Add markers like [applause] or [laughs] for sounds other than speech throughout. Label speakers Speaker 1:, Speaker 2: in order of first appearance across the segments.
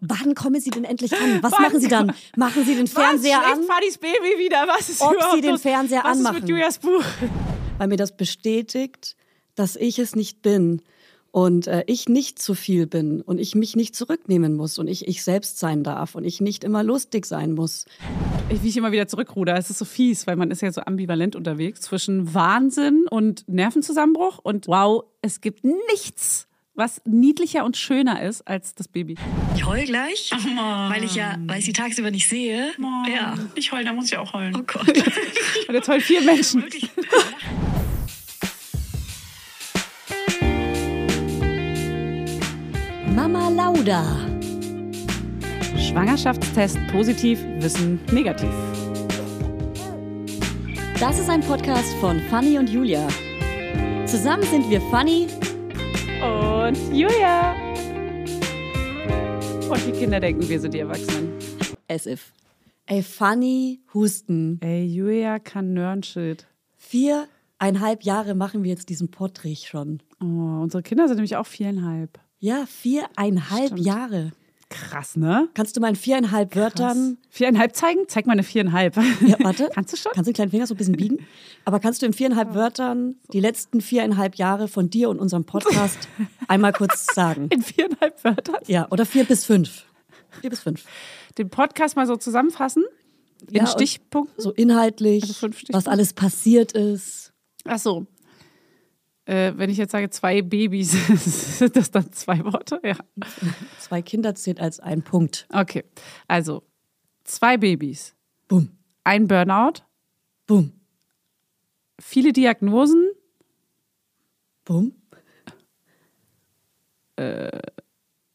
Speaker 1: wann kommen Sie denn endlich an? Was wann machen Sie dann? Machen Sie den Fernseher
Speaker 2: wann
Speaker 1: an?
Speaker 2: Fadis Baby wieder. Was ist
Speaker 1: Ob
Speaker 2: überhaupt
Speaker 1: Sie den
Speaker 2: los?
Speaker 1: Fernseher
Speaker 2: Was
Speaker 1: anmachen?
Speaker 2: Ist mit Julias Buch?
Speaker 3: weil mir das bestätigt, dass ich es nicht bin und äh, ich nicht zu viel bin und ich mich nicht zurücknehmen muss und ich ich selbst sein darf und ich nicht immer lustig sein muss.
Speaker 2: Ich, wie ich immer wieder zurückruder. Es ist so fies, weil man ist ja so ambivalent unterwegs zwischen Wahnsinn und Nervenzusammenbruch und wow, es gibt nichts, was niedlicher und schöner ist als das Baby.
Speaker 4: Ich heul gleich,
Speaker 2: Ah.
Speaker 4: weil ich ja, weil ich sie tagsüber nicht sehe. Ja.
Speaker 5: Ich heule, da muss ich auch heulen.
Speaker 4: Oh Gott.
Speaker 2: Und jetzt heulen vier Menschen.
Speaker 1: Mama Lauda.
Speaker 2: Schwangerschaftstest positiv, Wissen negativ.
Speaker 1: Das ist ein Podcast von Fanny und Julia. Zusammen sind wir Fanny
Speaker 2: Und Julia. Und die Kinder denken, wir sind die Erwachsenen.
Speaker 1: as if.
Speaker 3: Ey, Fanny Husten.
Speaker 2: Ey, Julia kann Nörnschild.
Speaker 3: Viereinhalb Jahre machen wir jetzt diesen Porträt schon.
Speaker 2: Oh, unsere Kinder sind nämlich auch viereinhalb.
Speaker 3: Ja, viereinhalb
Speaker 2: Stimmt.
Speaker 3: Jahre.
Speaker 2: Krass, ne?
Speaker 3: Kannst du mal in viereinhalb Wörtern.
Speaker 2: Viereinhalb zeigen? Zeig mal eine viereinhalb.
Speaker 3: Ja, warte.
Speaker 2: [laughs] Kannst du schon?
Speaker 3: Kannst du den kleinen Finger
Speaker 1: [laughs]
Speaker 3: so ein bisschen biegen? Aber kannst du in viereinhalb Wörtern die letzten viereinhalb Jahre von dir und
Speaker 1: [laughs]
Speaker 3: unserem Podcast einmal kurz sagen?
Speaker 2: in viereinhalb Wörtern?
Speaker 3: Ja, oder vier bis fünf. Vier bis fünf.
Speaker 2: Den Podcast mal so zusammenfassen? In
Speaker 3: Ja, und-
Speaker 2: Stichpunkten?
Speaker 3: So inhaltlich,
Speaker 2: Also fünf Stichpunkte.
Speaker 3: was alles passiert ist.
Speaker 2: Ach so. Äh, wenn ich jetzt sage, zwei Babys, [laughs] sind das dann zwei Worte? Ja.
Speaker 3: Zwei Kinder zählt als ein Punkt.
Speaker 2: Okay. Also, zwei Babys,
Speaker 3: Bumm,
Speaker 2: ein Burnout,
Speaker 3: bumm,
Speaker 2: viele Diagnosen,
Speaker 3: bumm.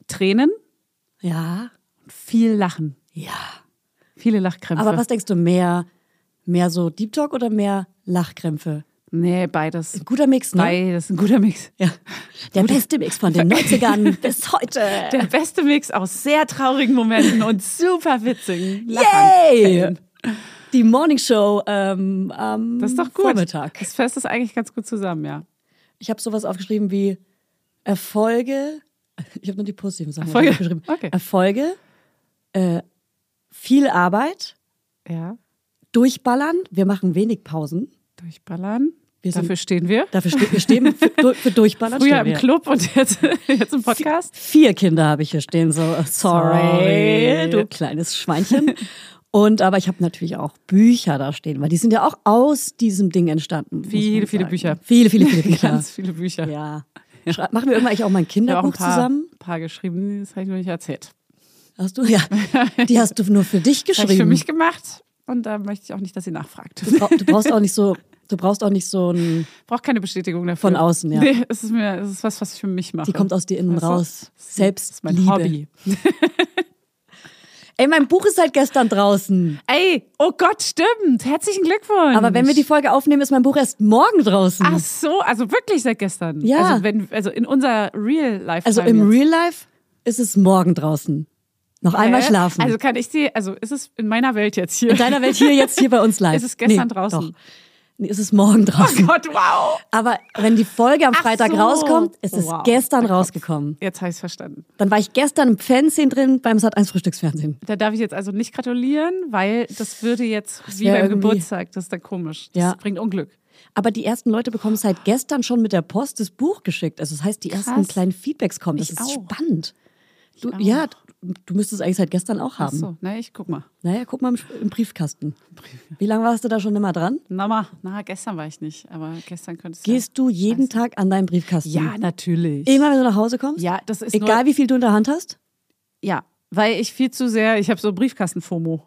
Speaker 2: Tränen,
Speaker 3: Ja,
Speaker 2: viel Lachen,
Speaker 3: ja.
Speaker 2: viele Lachkrämpfe.
Speaker 3: Aber was denkst du, mehr, mehr so Deep Talk oder mehr Lachkrämpfe?
Speaker 2: nee, beides.
Speaker 3: Guter Mix, ne?
Speaker 2: Beides, ein guter Mix. [laughs]
Speaker 3: Ja. Der beste Mix von den 90ern bis heute. [laughs]
Speaker 2: Der beste Mix aus sehr traurigen Momenten und super witzigen
Speaker 3: Yay!
Speaker 2: Lachern.
Speaker 3: Die Morning Show ähm, am
Speaker 2: Das ist doch gut.
Speaker 3: Vormittag.
Speaker 2: Das Fest ist eigentlich ganz gut zusammen, ja.
Speaker 3: Ich habe sowas aufgeschrieben wie Erfolge. Ich habe nur die positiven Sachen
Speaker 2: Erfolge.
Speaker 3: aufgeschrieben.
Speaker 2: Okay.
Speaker 3: Erfolge, äh, viel Arbeit,
Speaker 2: Ja,
Speaker 3: durchballern. Wir machen wenig Pausen.
Speaker 2: durchballern.
Speaker 3: Wir sind-
Speaker 2: Dafür stehen wir.
Speaker 3: Dafür ste wir stehen für, du- für durchballern.
Speaker 2: Früher
Speaker 3: stehen
Speaker 2: im
Speaker 3: wir.
Speaker 2: Club und jetzt, [laughs] jetzt im Podcast.
Speaker 3: Vier Kinder habe ich hier stehen. So äh, sorry,
Speaker 2: Sorry.
Speaker 3: du kleines Schweinchen. Und aber ich habe natürlich auch Bücher da stehen, weil die sind ja auch aus diesem Ding entstanden. muss man
Speaker 2: Viele, viele
Speaker 3: sagen.
Speaker 2: Bücher.
Speaker 3: Viele, viele,
Speaker 2: [laughs]
Speaker 3: viele Bücher.
Speaker 2: Ganz viele Bücher.
Speaker 3: Ja. Schrei- Machen wir irgendwann eigentlich auch mal ein
Speaker 2: Ich habe auch
Speaker 3: Kinderbuch
Speaker 2: ein paar,
Speaker 3: zusammen?
Speaker 2: ein paar geschrieben, das habe ich noch nicht erzählt.
Speaker 3: Hast du? Ja. Die hast du nur für
Speaker 2: [laughs]
Speaker 3: dich
Speaker 2: Das habe ich
Speaker 3: geschrieben.
Speaker 2: für mich gemacht und da möchte ich auch nicht, dass sie nachfragt.
Speaker 3: Bra- Du brauchst auch nicht so, du brauchst auch nicht so ein,
Speaker 2: [laughs] Braucht keine Bestätigung dafür.
Speaker 3: Von außen, ja.
Speaker 2: Nee, es ist, mir, es ist was, was ich für mich mache.
Speaker 3: die kommt aus dir innen
Speaker 2: Weißt du?
Speaker 3: raus.
Speaker 2: Das ist
Speaker 3: Selbstliebe.
Speaker 2: mein Hobby.
Speaker 3: Ey, mein Buch ist halt gestern draußen.
Speaker 2: Ey, oh Gott, stimmt. Herzlichen Glückwunsch.
Speaker 3: Aber wenn wir die Folge aufnehmen, ist mein Buch erst morgen draußen.
Speaker 2: Ach so, also wirklich seit gestern.
Speaker 3: Ja.
Speaker 2: Also, wenn, also in unser Real Life.
Speaker 3: also im Real Life ist es morgen draußen. Noch einmal schlafen.
Speaker 2: Also kann ich sie, also ist es in meiner Welt jetzt hier.
Speaker 3: in deiner Welt hier jetzt hier bei uns live.
Speaker 2: [laughs] Ist es gestern draußen? [laughs] Oh
Speaker 3: Doch. Nee, ist es morgen draußen.
Speaker 2: Gott, wow.
Speaker 3: Aber wenn die Folge am
Speaker 2: Ach
Speaker 3: Freitag
Speaker 2: so.
Speaker 3: rauskommt, ist es
Speaker 2: Wow. Oh
Speaker 3: gestern rausgekommen.
Speaker 2: Jetzt habe ich es verstanden.
Speaker 3: Dann war ich gestern im Fernsehen drin beim Sat1 Frühstücksfernsehen.
Speaker 2: Da darf ich jetzt also nicht gratulieren, weil das würde jetzt wie
Speaker 3: wär
Speaker 2: beim
Speaker 3: irgendwie-
Speaker 2: Geburtstag. Das ist dann komisch. Das
Speaker 3: Ja.
Speaker 2: bringt Unglück.
Speaker 3: Aber die ersten Leute bekommen seit gestern schon mit der Post das Buch geschickt. Also das heißt, die ersten
Speaker 2: Krass.
Speaker 3: kleinen Feedbacks kommen. Das
Speaker 2: Ich
Speaker 3: ist
Speaker 2: auch.
Speaker 3: spannend. Du, ja, du- du müsstest eigentlich seit gestern auch
Speaker 2: Ach
Speaker 3: haben.
Speaker 2: so, na, ich guck mal.
Speaker 3: Naja, guck mal im, Sch- im Briefkasten. Wie lange warst du da schon immer dran?
Speaker 2: Na, mal. na, gestern war ich nicht, aber gestern könntest du.
Speaker 3: Gehst du jeden Tag an deinen Briefkasten?
Speaker 2: Ja, natürlich.
Speaker 3: Immer wenn du nach Hause kommst?
Speaker 2: Ja, das ist
Speaker 3: Egal
Speaker 2: nur,
Speaker 3: wie viel du in der Hand hast?
Speaker 2: ja, weil ich viel zu sehr, ich habe so Briefkasten-FOMO.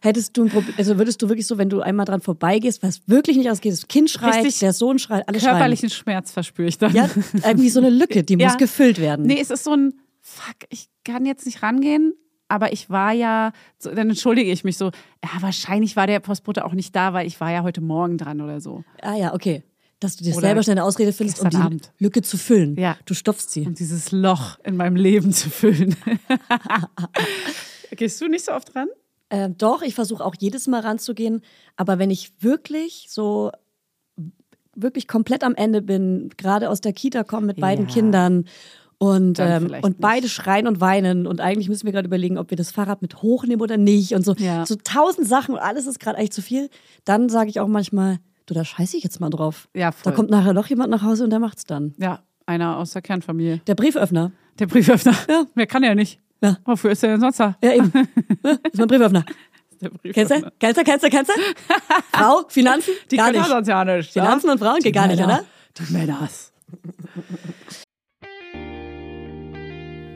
Speaker 3: Hättest du ein Problem, also würdest du wirklich so, wenn du einmal dran vorbeigehst, was wirklich nicht ausgeht, das Kind schreit,
Speaker 2: Richtig.
Speaker 3: der Sohn schreit, alle
Speaker 2: Körperlichen Schmerz verspüre ich dann.
Speaker 3: schreien. Ja, irgendwie so eine Lücke, die
Speaker 2: [laughs] Ja.
Speaker 3: muss gefüllt werden.
Speaker 2: Nee, es ist so ein Fuck, ich kann jetzt nicht rangehen, aber ich war ja, so, dann entschuldige ich mich so, ja, wahrscheinlich war der Postbote auch nicht da, weil ich war ja heute Morgen dran oder so.
Speaker 3: Ah ja, okay. Dass du dir
Speaker 2: Oder
Speaker 3: selber schnell eine Ausrede findest, um die
Speaker 2: gestern Abend.
Speaker 3: Lücke zu füllen.
Speaker 2: Ja.
Speaker 3: Du stopfst sie.
Speaker 2: Um dieses Loch in meinem Leben zu
Speaker 3: [laughs]
Speaker 2: füllen. Gehst du nicht so oft ran?
Speaker 3: Ähm, doch, ich versuche auch jedes Mal ranzugehen. Aber wenn ich wirklich so wirklich komplett am Ende bin, gerade aus der Kita komme mit beiden
Speaker 2: Ja.
Speaker 3: Kindern Und,
Speaker 2: Dann
Speaker 3: ähm,
Speaker 2: vielleicht
Speaker 3: und
Speaker 2: nicht.
Speaker 3: beide schreien und weinen. Und eigentlich müssen wir gerade überlegen, ob wir das Fahrrad mit hochnehmen oder nicht. Und so,
Speaker 2: Ja.
Speaker 3: so tausend Sachen und alles ist gerade eigentlich zu viel. Dann sage ich auch manchmal, du, da scheiße ich jetzt mal drauf.
Speaker 2: Ja, voll.
Speaker 3: Da kommt nachher noch jemand nach Hause und der macht's dann.
Speaker 2: Ja, einer aus der Kernfamilie.
Speaker 3: Der Brieföffner.
Speaker 2: Der Brieföffner.
Speaker 3: Ja.
Speaker 2: Mehr kann er nicht.
Speaker 3: Ja.
Speaker 2: Wofür ist er denn sonst da?
Speaker 3: Ja,
Speaker 2: [laughs]
Speaker 3: eben. ja, ist mein Brieföffner.
Speaker 2: Der Brieföffner.
Speaker 3: Kennst du? Kennst du, kennst du, kennst du?
Speaker 2: [laughs]
Speaker 3: Frau, Finanzen?
Speaker 2: Die
Speaker 3: gar
Speaker 2: können
Speaker 3: nicht.
Speaker 2: auch sonst ja nicht. ne?
Speaker 3: Finanzen und Frauen geht gar nicht,
Speaker 2: Männer.
Speaker 3: oder?
Speaker 2: Die Männers.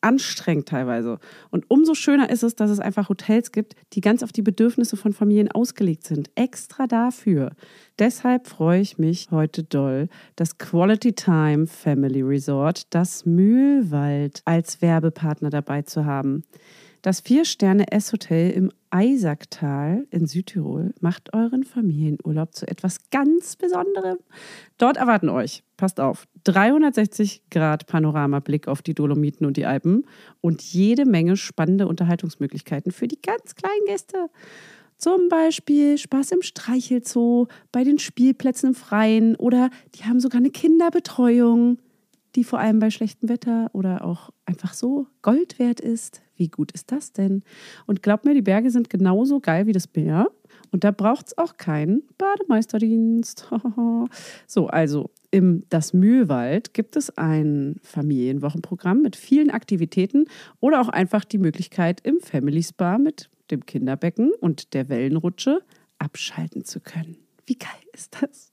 Speaker 2: anstrengend teilweise. Und umso schöner ist es, dass es einfach Hotels gibt, die ganz auf die Bedürfnisse von Familien ausgelegt sind. Extra dafür. Deshalb freue ich mich heute doll, dass Quality Time Family Resort das Mühlwald als Werbepartner dabei zu haben. Das Vier-Sterne-S-Hotel im Eisacktal in Südtirol macht euren Familienurlaub zu etwas ganz Besonderem. Dort erwarten euch, passt auf, 360 Grad Panoramablick auf die Dolomiten und die Alpen und jede Menge spannende Unterhaltungsmöglichkeiten für die ganz kleinen Gäste. Zum Beispiel Spaß im Streichelzoo, bei den Spielplätzen im Freien oder die haben sogar eine Kinderbetreuung die vor allem bei schlechtem Wetter oder auch einfach so Gold wert ist. Wie gut ist das denn? Und glaub mir, die Berge sind genauso geil wie das Meer. Und da braucht es auch keinen Bademeisterdienst. [laughs] so, also im Das Mühlwald gibt es ein Familienwochenprogramm mit vielen Aktivitäten oder auch einfach die Möglichkeit, im Family Spa mit dem Kinderbecken und der Wellenrutsche abschalten zu können. Wie geil ist das?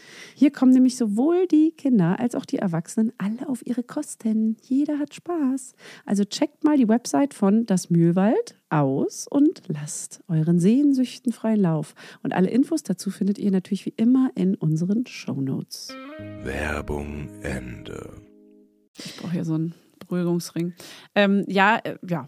Speaker 2: Hier kommen nämlich sowohl die Kinder als auch die Erwachsenen alle auf ihre Kosten. Jeder hat Spaß. Also checkt mal die Website von Das Mühlwald aus und lasst euren Sehnsüchten freien Lauf. Und alle Infos dazu findet ihr natürlich wie immer in unseren Shownotes.
Speaker 5: Werbung Ende.
Speaker 2: Ich brauche hier so einen Beruhigungsring. Ähm, ja, äh, ja.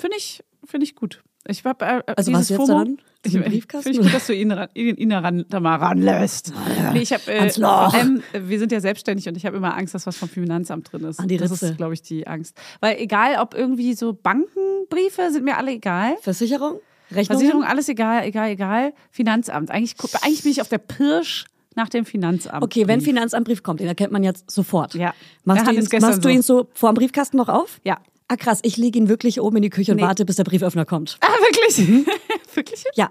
Speaker 2: Finde ich, finde ich gut. Ich hab, äh,
Speaker 3: Also
Speaker 2: dieses
Speaker 3: was jetzt
Speaker 2: FOMO,
Speaker 3: daran?
Speaker 2: Ich,
Speaker 3: Diesen
Speaker 2: ich,
Speaker 3: Briefkasten?
Speaker 2: finde ich gut, dass du ihn, ran, ihn, ihn ran, da mal ranlässt. Nee, ich hab, äh,
Speaker 3: Ans Loch.
Speaker 2: vor allem, äh, wir sind ja selbstständig und ich habe immer Angst, dass was vom Finanzamt drin ist.
Speaker 3: An die
Speaker 2: das
Speaker 3: Ritze.
Speaker 2: ist, glaube ich, die Angst. Weil egal, ob irgendwie so Bankenbriefe sind mir alle egal.
Speaker 3: [laughs] Versicherung? Rechnung?
Speaker 2: Versicherung, alles egal, egal, egal. Finanzamt. Eigentlich, gu- eigentlich bin ich auf der Pirsch nach dem Finanzamt.
Speaker 3: Okay, wenn Finanzamtbrief kommt, den erkennt man jetzt sofort.
Speaker 2: Hm. Ja.
Speaker 3: Machst,
Speaker 2: Er
Speaker 3: du
Speaker 2: hat
Speaker 3: ihn,
Speaker 2: es gestern
Speaker 3: machst du
Speaker 2: so.
Speaker 3: ihn so vor dem Briefkasten noch auf?
Speaker 2: Ja.
Speaker 3: Ah krass, ich lege ihn wirklich oben in die Küche
Speaker 2: Nee.
Speaker 3: und warte, bis der Brieföffner kommt.
Speaker 2: Ah, wirklich? [laughs] wirklich?
Speaker 3: Ja.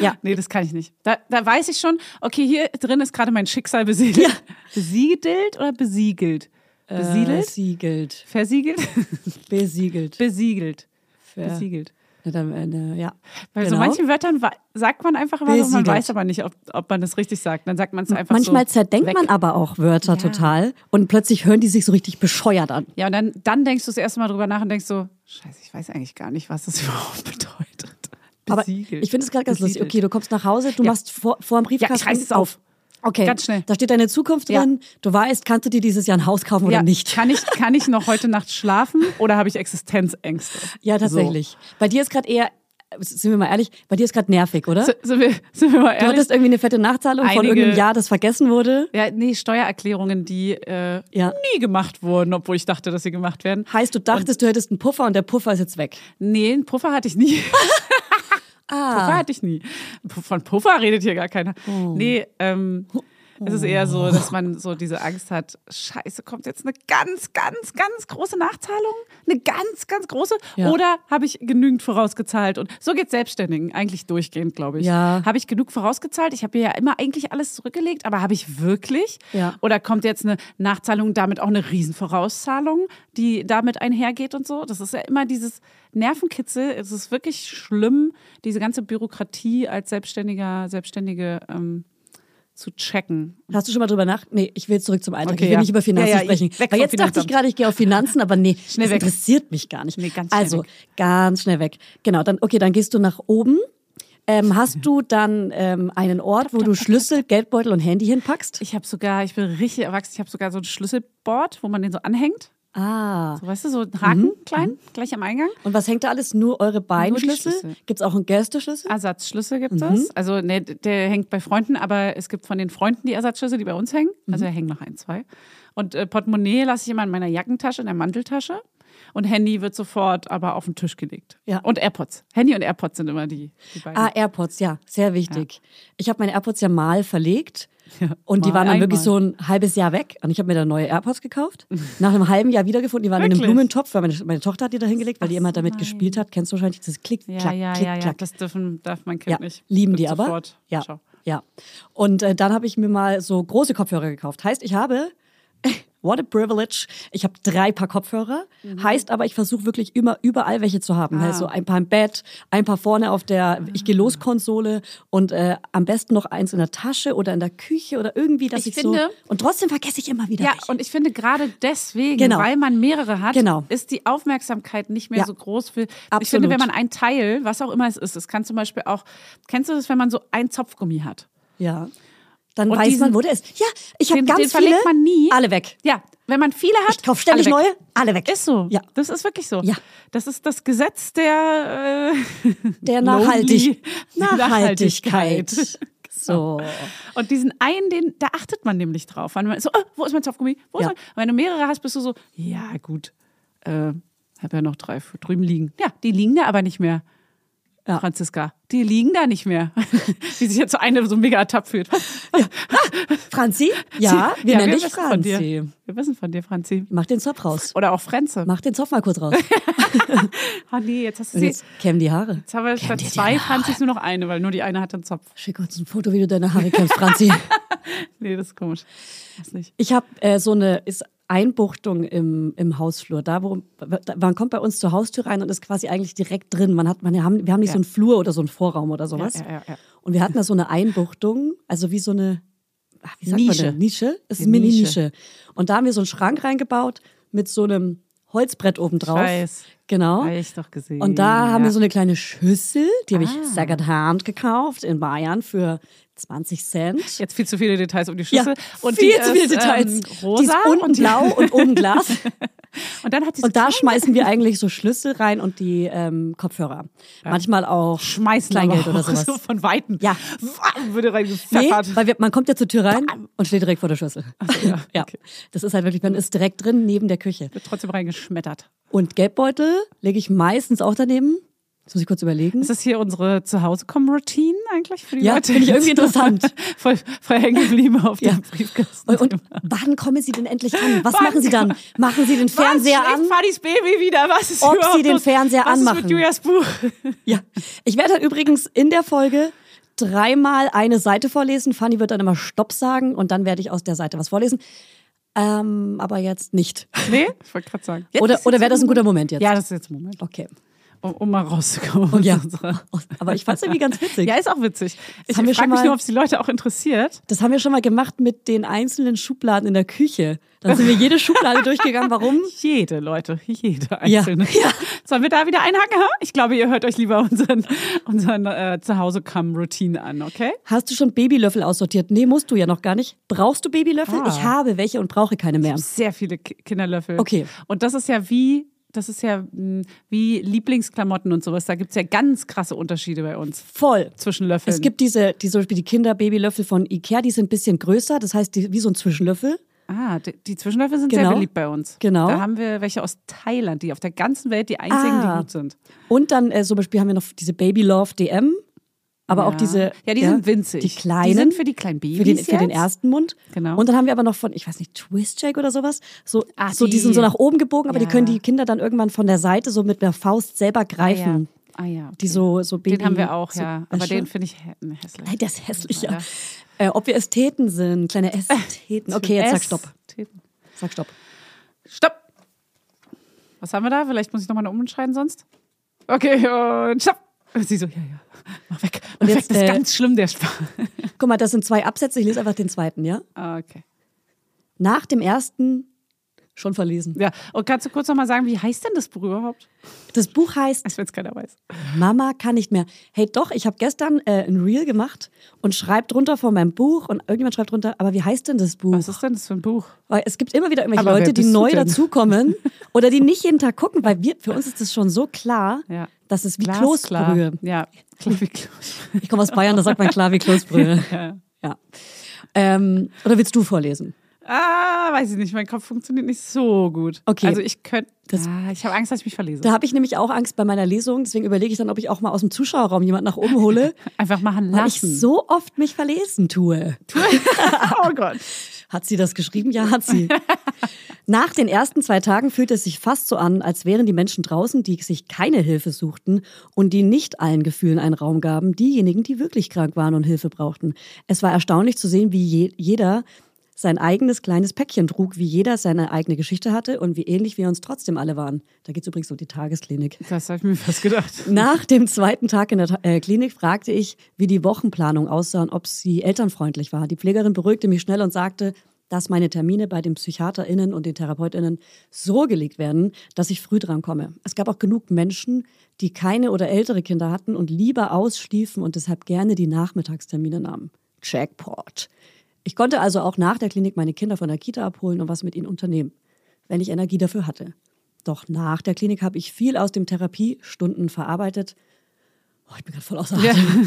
Speaker 3: Ja.
Speaker 2: Nee, das kann ich nicht. Da, da weiß ich schon, okay, hier drin ist gerade mein Schicksal besiegelt.
Speaker 3: Ja. Äh,
Speaker 2: Besiedelt oder Äh, besiegelt? Besiedelt?
Speaker 3: Besiegelt.
Speaker 2: Versiegelt? [laughs]
Speaker 3: Besiegelt.
Speaker 2: besiegelt.
Speaker 3: Ja.
Speaker 2: Besiegelt.
Speaker 3: Ja, dann, äh, ja.
Speaker 2: Bei so
Speaker 3: Genau.
Speaker 2: manchen Wörtern wa- sagt man einfach immer so, man
Speaker 3: Besiegelt.
Speaker 2: weiß aber nicht, ob, ob man das richtig sagt. Dann sagt man es einfach
Speaker 3: Manchmal
Speaker 2: so.
Speaker 3: zerdenkt
Speaker 2: weg.
Speaker 3: man aber auch Wörter total und plötzlich hören die sich so richtig bescheuert an.
Speaker 2: Ja, und dann, dann denkst du das erste Mal drüber nach und denkst so, scheiße, ich weiß eigentlich gar nicht, was das [laughs] überhaupt bedeutet.
Speaker 3: Aber
Speaker 2: Besiegelt.
Speaker 3: ich finde es gerade ganz lustig.
Speaker 2: Besiedelt.
Speaker 3: Okay, du kommst nach Hause, du machst vor, vor dem
Speaker 2: Ja,
Speaker 3: Briefkasten
Speaker 2: ich reiß es auf.
Speaker 3: Okay,
Speaker 2: Ganz schnell.
Speaker 3: Da steht deine Zukunft
Speaker 2: Ja.
Speaker 3: drin. Du weißt, kannst du dir dieses Jahr ein Haus kaufen oder
Speaker 2: ja,
Speaker 3: nicht?
Speaker 2: Kann ich, kann ich noch heute Nacht schlafen oder habe ich Existenzängste?
Speaker 3: [laughs] Ja,
Speaker 2: So.
Speaker 3: tatsächlich. Bei dir ist gerade eher, sind wir mal ehrlich, bei dir ist gerade nervig, oder?
Speaker 2: S- Sind wir, sind wir mal
Speaker 3: Du
Speaker 2: ehrlich?
Speaker 3: hattest irgendwie eine fette Nachzahlung von
Speaker 2: Einige-
Speaker 3: irgendeinem Jahr, das vergessen wurde.
Speaker 2: Ja, nee, Steuererklärungen, die äh,
Speaker 3: Ja.
Speaker 2: nie gemacht wurden, obwohl ich dachte, dass sie gemacht werden.
Speaker 3: Heißt, du dachtest, du hättest einen Puffer und der Puffer ist jetzt weg.
Speaker 2: Nee, einen Puffer hatte ich nie. Ah.
Speaker 3: Ah. Oh.
Speaker 2: Puffer hatte ich nie. Pu- Von Puffer redet hier gar keiner. Nee, ähm, Es ist eher so, dass man so diese Angst hat, scheiße, kommt jetzt eine ganz, ganz, ganz große Nachzahlung? Eine ganz, ganz große?
Speaker 3: Ja.
Speaker 2: Oder habe ich genügend vorausgezahlt? Und so geht Selbstständigen eigentlich durchgehend, glaube ich.
Speaker 3: Ja.
Speaker 2: Habe ich genug vorausgezahlt? Ich habe mir ja immer eigentlich alles zurückgelegt, aber habe ich wirklich?
Speaker 3: Ja.
Speaker 2: Oder kommt jetzt eine Nachzahlung, damit auch eine Riesenvorauszahlung, die damit einhergeht und so? Das ist ja immer dieses Nervenkitzel. Es ist wirklich schlimm, diese ganze Bürokratie als Selbstständiger, Selbstständige ähm, zu checken.
Speaker 3: Hast du schon mal drüber nach? Nee, ich will zurück zum Eintrag.
Speaker 2: Okay,
Speaker 3: ich will
Speaker 2: ja.
Speaker 3: nicht über Finanzen
Speaker 2: Ja, ja,
Speaker 3: sprechen.
Speaker 2: ich- weg
Speaker 3: Weil
Speaker 2: vom
Speaker 3: jetzt dachte ich
Speaker 2: Finanzamt.
Speaker 3: gerade, ich gehe auf Finanzen,
Speaker 2: [laughs]
Speaker 3: aber nee,
Speaker 2: Schnell
Speaker 3: das
Speaker 2: weg.
Speaker 3: interessiert mich gar nicht.
Speaker 2: Nee, ganz schnell
Speaker 3: also,
Speaker 2: weg.
Speaker 3: ganz schnell weg. Genau, dann, okay, dann gehst du nach oben. Ähm, hast du dann ähm, einen Ort, wo du Schlüssel, Geldbeutel und Handy hinpackst?
Speaker 2: Ich habe sogar, ich bin richtig erwachsen, ich habe sogar so ein Schlüsselboard, wo man den so anhängt.
Speaker 3: Ah.
Speaker 2: So, weißt du, so einen Haken, klein, gleich am Eingang.
Speaker 3: Und was hängt da alles? Nur eure beiden
Speaker 2: Nur die
Speaker 3: Schlüssel?
Speaker 2: Schlüssel.
Speaker 3: Gibt es auch einen Gästeschlüssel?
Speaker 2: Ersatzschlüssel gibt
Speaker 3: Mhm.
Speaker 2: es. Also ne, der hängt bei Freunden, aber es gibt von den Freunden die Ersatzschlüssel, die bei uns hängen.
Speaker 3: Mhm.
Speaker 2: Also da hängen noch ein, zwei. Und äh, Portemonnaie lasse ich immer in meiner Jackentasche, in der Manteltasche. Und Handy wird sofort aber auf den Tisch gelegt.
Speaker 3: Ja.
Speaker 2: Und AirPods. Handy und AirPods sind immer die, die beiden.
Speaker 3: Ah, AirPods, ja, sehr wichtig. Ich habe meine AirPods ja mal
Speaker 2: [laughs]
Speaker 3: verlegt und die
Speaker 2: mal
Speaker 3: waren dann wirklich so
Speaker 2: einmal.
Speaker 3: ein halbes Jahr weg. Und ich habe mir dann neue AirPods gekauft, nach einem halben Jahr wiedergefunden. Die waren in
Speaker 2: Wirklich?
Speaker 3: einem Blumentopf, weil meine, meine Tochter hat die da hingelegt, weil die immer damit gespielt hat. Kennst du wahrscheinlich dieses Klick,
Speaker 2: ja,
Speaker 3: Klack,
Speaker 2: ja,
Speaker 3: Klick,
Speaker 2: ja, ja.
Speaker 3: Klack.
Speaker 2: Das dürfen, darf mein Kind
Speaker 3: Ja,
Speaker 2: nicht.
Speaker 3: lieben die
Speaker 2: Wird
Speaker 3: aber.
Speaker 2: Sofort.
Speaker 3: Ja,
Speaker 2: Ciao.
Speaker 3: ja. Und äh, dann habe ich mir mal so große Kopfhörer gekauft. Heißt, ich habe [laughs] What a privilege. Ich habe drei Paar Kopfhörer.
Speaker 2: Mhm.
Speaker 3: Heißt aber, ich versuche wirklich immer überall welche zu haben.
Speaker 2: Ah.
Speaker 3: Also ein paar im Bett, ein paar vorne auf der Ich gehe los Konsole und äh, am besten noch eins in der Tasche oder in der Küche oder irgendwie, dass
Speaker 2: Ich
Speaker 3: ich,
Speaker 2: finde-
Speaker 3: so. Und trotzdem vergesse ich immer wieder.
Speaker 2: Ja,
Speaker 3: welche.
Speaker 2: und ich finde gerade deswegen,
Speaker 3: Genau.
Speaker 2: weil man mehrere hat,
Speaker 3: Genau.
Speaker 2: ist die Aufmerksamkeit nicht mehr
Speaker 3: Ja.
Speaker 2: so groß für. Ich
Speaker 3: Absolut.
Speaker 2: finde, wenn man ein Teil, was auch immer es ist, es kann zum Beispiel auch, kennst du das, wenn man so ein Zopfgummi hat?
Speaker 3: ja. Dann
Speaker 2: Und
Speaker 3: weiß
Speaker 2: diesen-
Speaker 3: man, wo der ist. Ja, ich habe
Speaker 2: den,
Speaker 3: ganz
Speaker 2: den
Speaker 3: viele.
Speaker 2: verlegt man nie.
Speaker 3: Alle weg.
Speaker 2: Ja, wenn man viele hat.
Speaker 3: Ich kaufe ständig
Speaker 2: alle weg.
Speaker 3: neue. Alle weg.
Speaker 2: Ist so.
Speaker 3: Ja.
Speaker 2: Das ist wirklich so.
Speaker 3: Ja.
Speaker 2: Das ist das Gesetz der, äh,
Speaker 3: Der
Speaker 2: [laughs] Lonely-
Speaker 3: [laughs] Nachhaltig [laughs]
Speaker 2: Nachhaltigkeit. Genau.
Speaker 3: Nachhaltigkeit. So.
Speaker 2: Und diesen einen, den, da achtet man nämlich drauf. Wenn man so, oh, wo ist mein Zopfgummi? Wo ist
Speaker 3: Ja.
Speaker 2: mein? Und Wenn du mehrere hast, bist du so, ja gut, äh, hab ja noch drei für drüben liegen. Ja, die liegen da aber nicht mehr.
Speaker 3: Ja.
Speaker 2: Franziska, die liegen da nicht mehr. [laughs] Wie sich jetzt so eine so mega ertappt fühlt.
Speaker 3: Franzi?
Speaker 2: [laughs]
Speaker 3: Ja, wir nennen dich
Speaker 2: wissen Von dir.
Speaker 3: Franzi.
Speaker 2: Wir wissen von dir, Franzi.
Speaker 3: Mach den Zopf raus.
Speaker 2: Oder auch Frenze.
Speaker 3: Mach den Zopf mal kurz
Speaker 2: [laughs]
Speaker 3: raus.
Speaker 2: Ah nee, jetzt hast du
Speaker 3: Und
Speaker 2: sie.
Speaker 3: jetzt kämmen die Haare.
Speaker 2: Jetzt haben wir statt
Speaker 3: ihr die
Speaker 2: zwei Franzis nur noch eine, weil nur die eine hat einen Zopf.
Speaker 3: Schick uns ein Foto, wie du deine Haare kämmst,
Speaker 2: [laughs]
Speaker 3: Franzi.
Speaker 2: Nee, das ist komisch. Weiß nicht.
Speaker 3: Ich habe äh, so eine ist Einbuchtung im, im Hausflur. Da, wo da, man kommt bei uns zur Haustür rein und ist quasi eigentlich direkt drin. Man hat, man, haben, wir haben nicht
Speaker 2: Ja.
Speaker 3: so einen Flur oder so einen Vorraum oder sowas.
Speaker 2: Ja, ja, ja, ja.
Speaker 3: Und wir hatten da so eine Einbuchtung, also wie so eine ach, wie sagt
Speaker 2: Nische.
Speaker 3: Man denn? Nische. Es ist
Speaker 2: Eine
Speaker 3: eine
Speaker 2: Nische.
Speaker 3: Mini-Nische. Und da haben wir so einen Schrank reingebaut mit so einem Holzbrett oben drauf.
Speaker 2: weiß.
Speaker 3: Genau.
Speaker 2: Habe ich doch gesehen.
Speaker 3: Und da haben
Speaker 2: ja. Ah.
Speaker 3: wir so eine kleine Schüssel, die habe ich secondhand gekauft in Bayern für 20 Cent.
Speaker 2: Jetzt viel zu viele Details um die Schüssel. und
Speaker 3: viel
Speaker 2: die
Speaker 3: zu viele
Speaker 2: ist,
Speaker 3: Details.
Speaker 2: Ähm, rosa
Speaker 3: die ist unten
Speaker 2: und, die-
Speaker 3: blau und oben Glas.
Speaker 2: [laughs] und dann hat sie so
Speaker 3: Und da
Speaker 2: kleine-
Speaker 3: schmeißen wir eigentlich so Schlüssel rein und die ähm, Kopfhörer. Manchmal auch
Speaker 2: schmeißen
Speaker 3: Kleingeld
Speaker 2: aber
Speaker 3: oder
Speaker 2: auch
Speaker 3: sowas.
Speaker 2: So [laughs] von Weitem.
Speaker 3: Ja.
Speaker 2: Wah, Würde
Speaker 3: Nee,
Speaker 2: reingepfeffert.
Speaker 3: weil wir, man kommt ja zur Tür rein und steht direkt vor der Schüssel. [laughs] ja, das ist halt wirklich, man ist direkt drin neben der Küche.
Speaker 2: Wird trotzdem reingeschmettert.
Speaker 3: Und Geldbeutel lege ich meistens auch daneben. Jetzt muss ich kurz überlegen.
Speaker 2: Ist das hier unsere Zuhause-Kommen-Routine eigentlich für die
Speaker 3: Ja,
Speaker 2: Leute?
Speaker 3: finde ich
Speaker 2: [laughs]
Speaker 3: irgendwie interessant.
Speaker 2: voll, voll hängen geblieben auf
Speaker 3: Ja.
Speaker 2: dem Briefkasten.
Speaker 3: Und, und wann kommen Sie denn endlich an? Was
Speaker 2: Wann-
Speaker 3: machen Sie dann? Machen Sie den Fernseher
Speaker 2: Was?
Speaker 3: an?
Speaker 2: Schläft Fadis Baby wieder. Was ist
Speaker 3: Ob
Speaker 2: überhaupt
Speaker 3: sie den
Speaker 2: los?
Speaker 3: Fernseher
Speaker 2: Was Ist
Speaker 3: anmachen?
Speaker 2: mit Julias Buch. [laughs]
Speaker 3: Ja. Ich werde dann übrigens in der Folge dreimal eine Seite vorlesen. Fanny wird dann immer Stopp sagen und dann werde ich aus der Seite was vorlesen. Ähm, aber jetzt nicht.
Speaker 2: Nee, ich wollte gerade sagen. Jetzt
Speaker 3: Oder,
Speaker 2: ist
Speaker 3: oder
Speaker 2: jetzt
Speaker 3: wäre das ein guter Moment jetzt?
Speaker 2: Ja, das ist jetzt ein Moment,
Speaker 3: Okay.
Speaker 2: um, um mal rauszukommen. aus [laughs]
Speaker 3: ja.
Speaker 2: unserer-
Speaker 3: Aber ich fand's irgendwie ganz witzig.
Speaker 2: Ja, ist auch witzig. Ich
Speaker 3: haben wir
Speaker 2: frage
Speaker 3: schon
Speaker 2: mich
Speaker 3: mal-
Speaker 2: nur, ob es die Leute auch interessiert.
Speaker 3: Das haben wir schon mal gemacht mit den einzelnen Schubladen in der Küche. Dann sind wir jede Schublade durchgegangen. Warum?
Speaker 2: Jede, Leute, jede einzelne.
Speaker 3: ja.
Speaker 2: Sollen wir da wieder einhaken? hä? Ich glaube, ihr hört euch lieber unseren, unseren äh, Zuhause-Come-Routine an, okay?
Speaker 3: Hast du schon Babylöffel aussortiert? Nee, musst du ja noch gar nicht. Brauchst du Babylöffel?
Speaker 2: Ah.
Speaker 3: Ich habe welche und brauche keine mehr.
Speaker 2: Sehr viele Ki- Kinderlöffel.
Speaker 3: Okay.
Speaker 2: Und das ist ja wie. Das ist ja mh, wie Lieblingsklamotten und sowas. Da gibt es ja ganz krasse Unterschiede bei uns
Speaker 3: Voll.
Speaker 2: zwischen Löffeln.
Speaker 3: Es gibt diese, die, zum Beispiel die Kinderbabylöffel von Ikea, die sind ein bisschen größer, das heißt die, wie so ein Zwischenlöffel.
Speaker 2: Ah, die, die Zwischenläufe sind sehr
Speaker 3: Genau.
Speaker 2: beliebt bei uns.
Speaker 3: Genau.
Speaker 2: Da haben wir welche aus Thailand, die auf der ganzen Welt die einzigen,
Speaker 3: Ah.
Speaker 2: die gut sind.
Speaker 3: Und dann äh, zum Beispiel haben wir noch diese Babylove DM. Aber auch diese.
Speaker 2: Ja, die sind winzig.
Speaker 3: Die
Speaker 2: Die
Speaker 3: kleinen.
Speaker 2: sind für die kleinen
Speaker 3: Für den,
Speaker 2: Babys
Speaker 3: für den
Speaker 2: jetzt.
Speaker 3: ersten Mund.
Speaker 2: Genau.
Speaker 3: Und dann haben wir aber noch von, ich weiß nicht, Twist Shake oder sowas. So,
Speaker 2: Ach,
Speaker 3: so die,
Speaker 2: die.
Speaker 3: sind so nach oben gebogen, aber die
Speaker 2: Ja.
Speaker 3: können die Kinder dann irgendwann von der Seite so mit der Faust selber greifen.
Speaker 2: Ah ja.
Speaker 3: Die so, so Baby.
Speaker 2: den haben wir auch,
Speaker 3: so,
Speaker 2: ja.
Speaker 3: weißt
Speaker 2: Aber
Speaker 3: du?
Speaker 2: den finde ich hä- ne, hässlich.
Speaker 3: Nein, der ist hässlicher.
Speaker 2: Ja.
Speaker 3: Äh, ob wir Ästheten sind,
Speaker 2: [laughs]
Speaker 3: kleine Ästheten. Okay, jetzt sag
Speaker 2: S-
Speaker 3: Stopp.
Speaker 2: Teten.
Speaker 3: Sag Stopp.
Speaker 2: Stopp! Was haben wir da? Vielleicht muss ich nochmal umentscheiden sonst. Okay, [laughs] und stopp! Und sie so, ja, ja, mach weg. Und
Speaker 3: jetzt,
Speaker 2: jetzt, weg. Das
Speaker 3: äh,
Speaker 2: ist ganz schlimm, der Spaß.
Speaker 3: Guck mal, das sind zwei Absätze. Ich lese einfach den zweiten, ja?
Speaker 2: Ah, okay.
Speaker 3: Nach dem ersten schon verlesen.
Speaker 2: Ja, und kannst du kurz nochmal sagen, wie heißt denn das Buch überhaupt?
Speaker 3: Das Buch heißt
Speaker 2: Als wenn es keiner weiß.
Speaker 3: Mama kann nicht mehr. Hey, doch, ich habe gestern äh, ein Reel gemacht und schreibt drunter von meinem Buch und irgendjemand schreibt drunter, aber wie heißt denn das Buch?
Speaker 2: Was ist denn das für ein Buch?
Speaker 3: Weil es gibt immer wieder irgendwelche
Speaker 2: Aber wer
Speaker 3: Leute, die
Speaker 2: bist du
Speaker 3: neu
Speaker 2: denn? [laughs]
Speaker 3: dazukommen oder die nicht jeden Tag gucken, weil wir, für uns ist das schon so klar,
Speaker 2: Ja.
Speaker 3: dass es wie
Speaker 2: Glasklar.
Speaker 3: Kloßbrühe.
Speaker 2: Ja, klar wie Kloßbrühe.
Speaker 3: Ich komme aus Bayern, da sagt man klar wie Kloßbrühe.
Speaker 2: [laughs] Ja.
Speaker 3: Ja. Ähm, oder willst du vorlesen?
Speaker 2: Ah, weiß ich nicht, mein Kopf funktioniert nicht so gut.
Speaker 3: Okay.
Speaker 2: Also ich könnte,
Speaker 3: Das-
Speaker 2: ah, ich habe Angst, dass ich mich verlese.
Speaker 3: Da habe ich nämlich auch Angst bei meiner Lesung, deswegen überlege ich dann, ob ich auch mal aus dem Zuschauerraum jemanden nach oben hole,
Speaker 2: Einfach machen
Speaker 3: weil ich
Speaker 2: lassen.
Speaker 3: so oft mich verlesen tue.
Speaker 2: [laughs] oh
Speaker 3: [laughs]
Speaker 2: Gott.
Speaker 3: Hat sie das geschrieben? Ja, hat sie. Nach den ersten zwei Tagen fühlte es sich fast so an, als wären die Menschen draußen, die sich keine Hilfe suchten und die nicht allen Gefühlen einen Raum gaben, diejenigen, die wirklich krank waren und Hilfe brauchten. Es war erstaunlich zu sehen, wie je jeder sein eigenes kleines Päckchen trug, wie jeder seine eigene Geschichte hatte und wie ähnlich wir uns trotzdem alle waren. Da geht es übrigens um die Tagesklinik.
Speaker 2: Das habe ich mir
Speaker 3: [laughs]
Speaker 2: fast gedacht.
Speaker 3: Nach dem zweiten Tag in der Ta- äh, Klinik fragte ich, wie die Wochenplanung aussah und ob sie elternfreundlich war. Die Pflegerin beruhigte mich schnell und sagte, dass meine Termine bei den PsychiaterInnen und den TherapeutInnen so gelegt werden, dass ich früh drankomme. Es gab auch genug Menschen, die keine oder ältere Kinder hatten und lieber ausschliefen und deshalb gerne die Nachmittagstermine nahmen. Jackpot. Ich konnte also auch nach der Klinik meine Kinder von der Kita abholen und was mit ihnen unternehmen, wenn ich Energie dafür hatte. Doch nach der Klinik habe ich viel aus dem Therapiestunden verarbeitet. Oh, ich bin gerade voll außer Atem.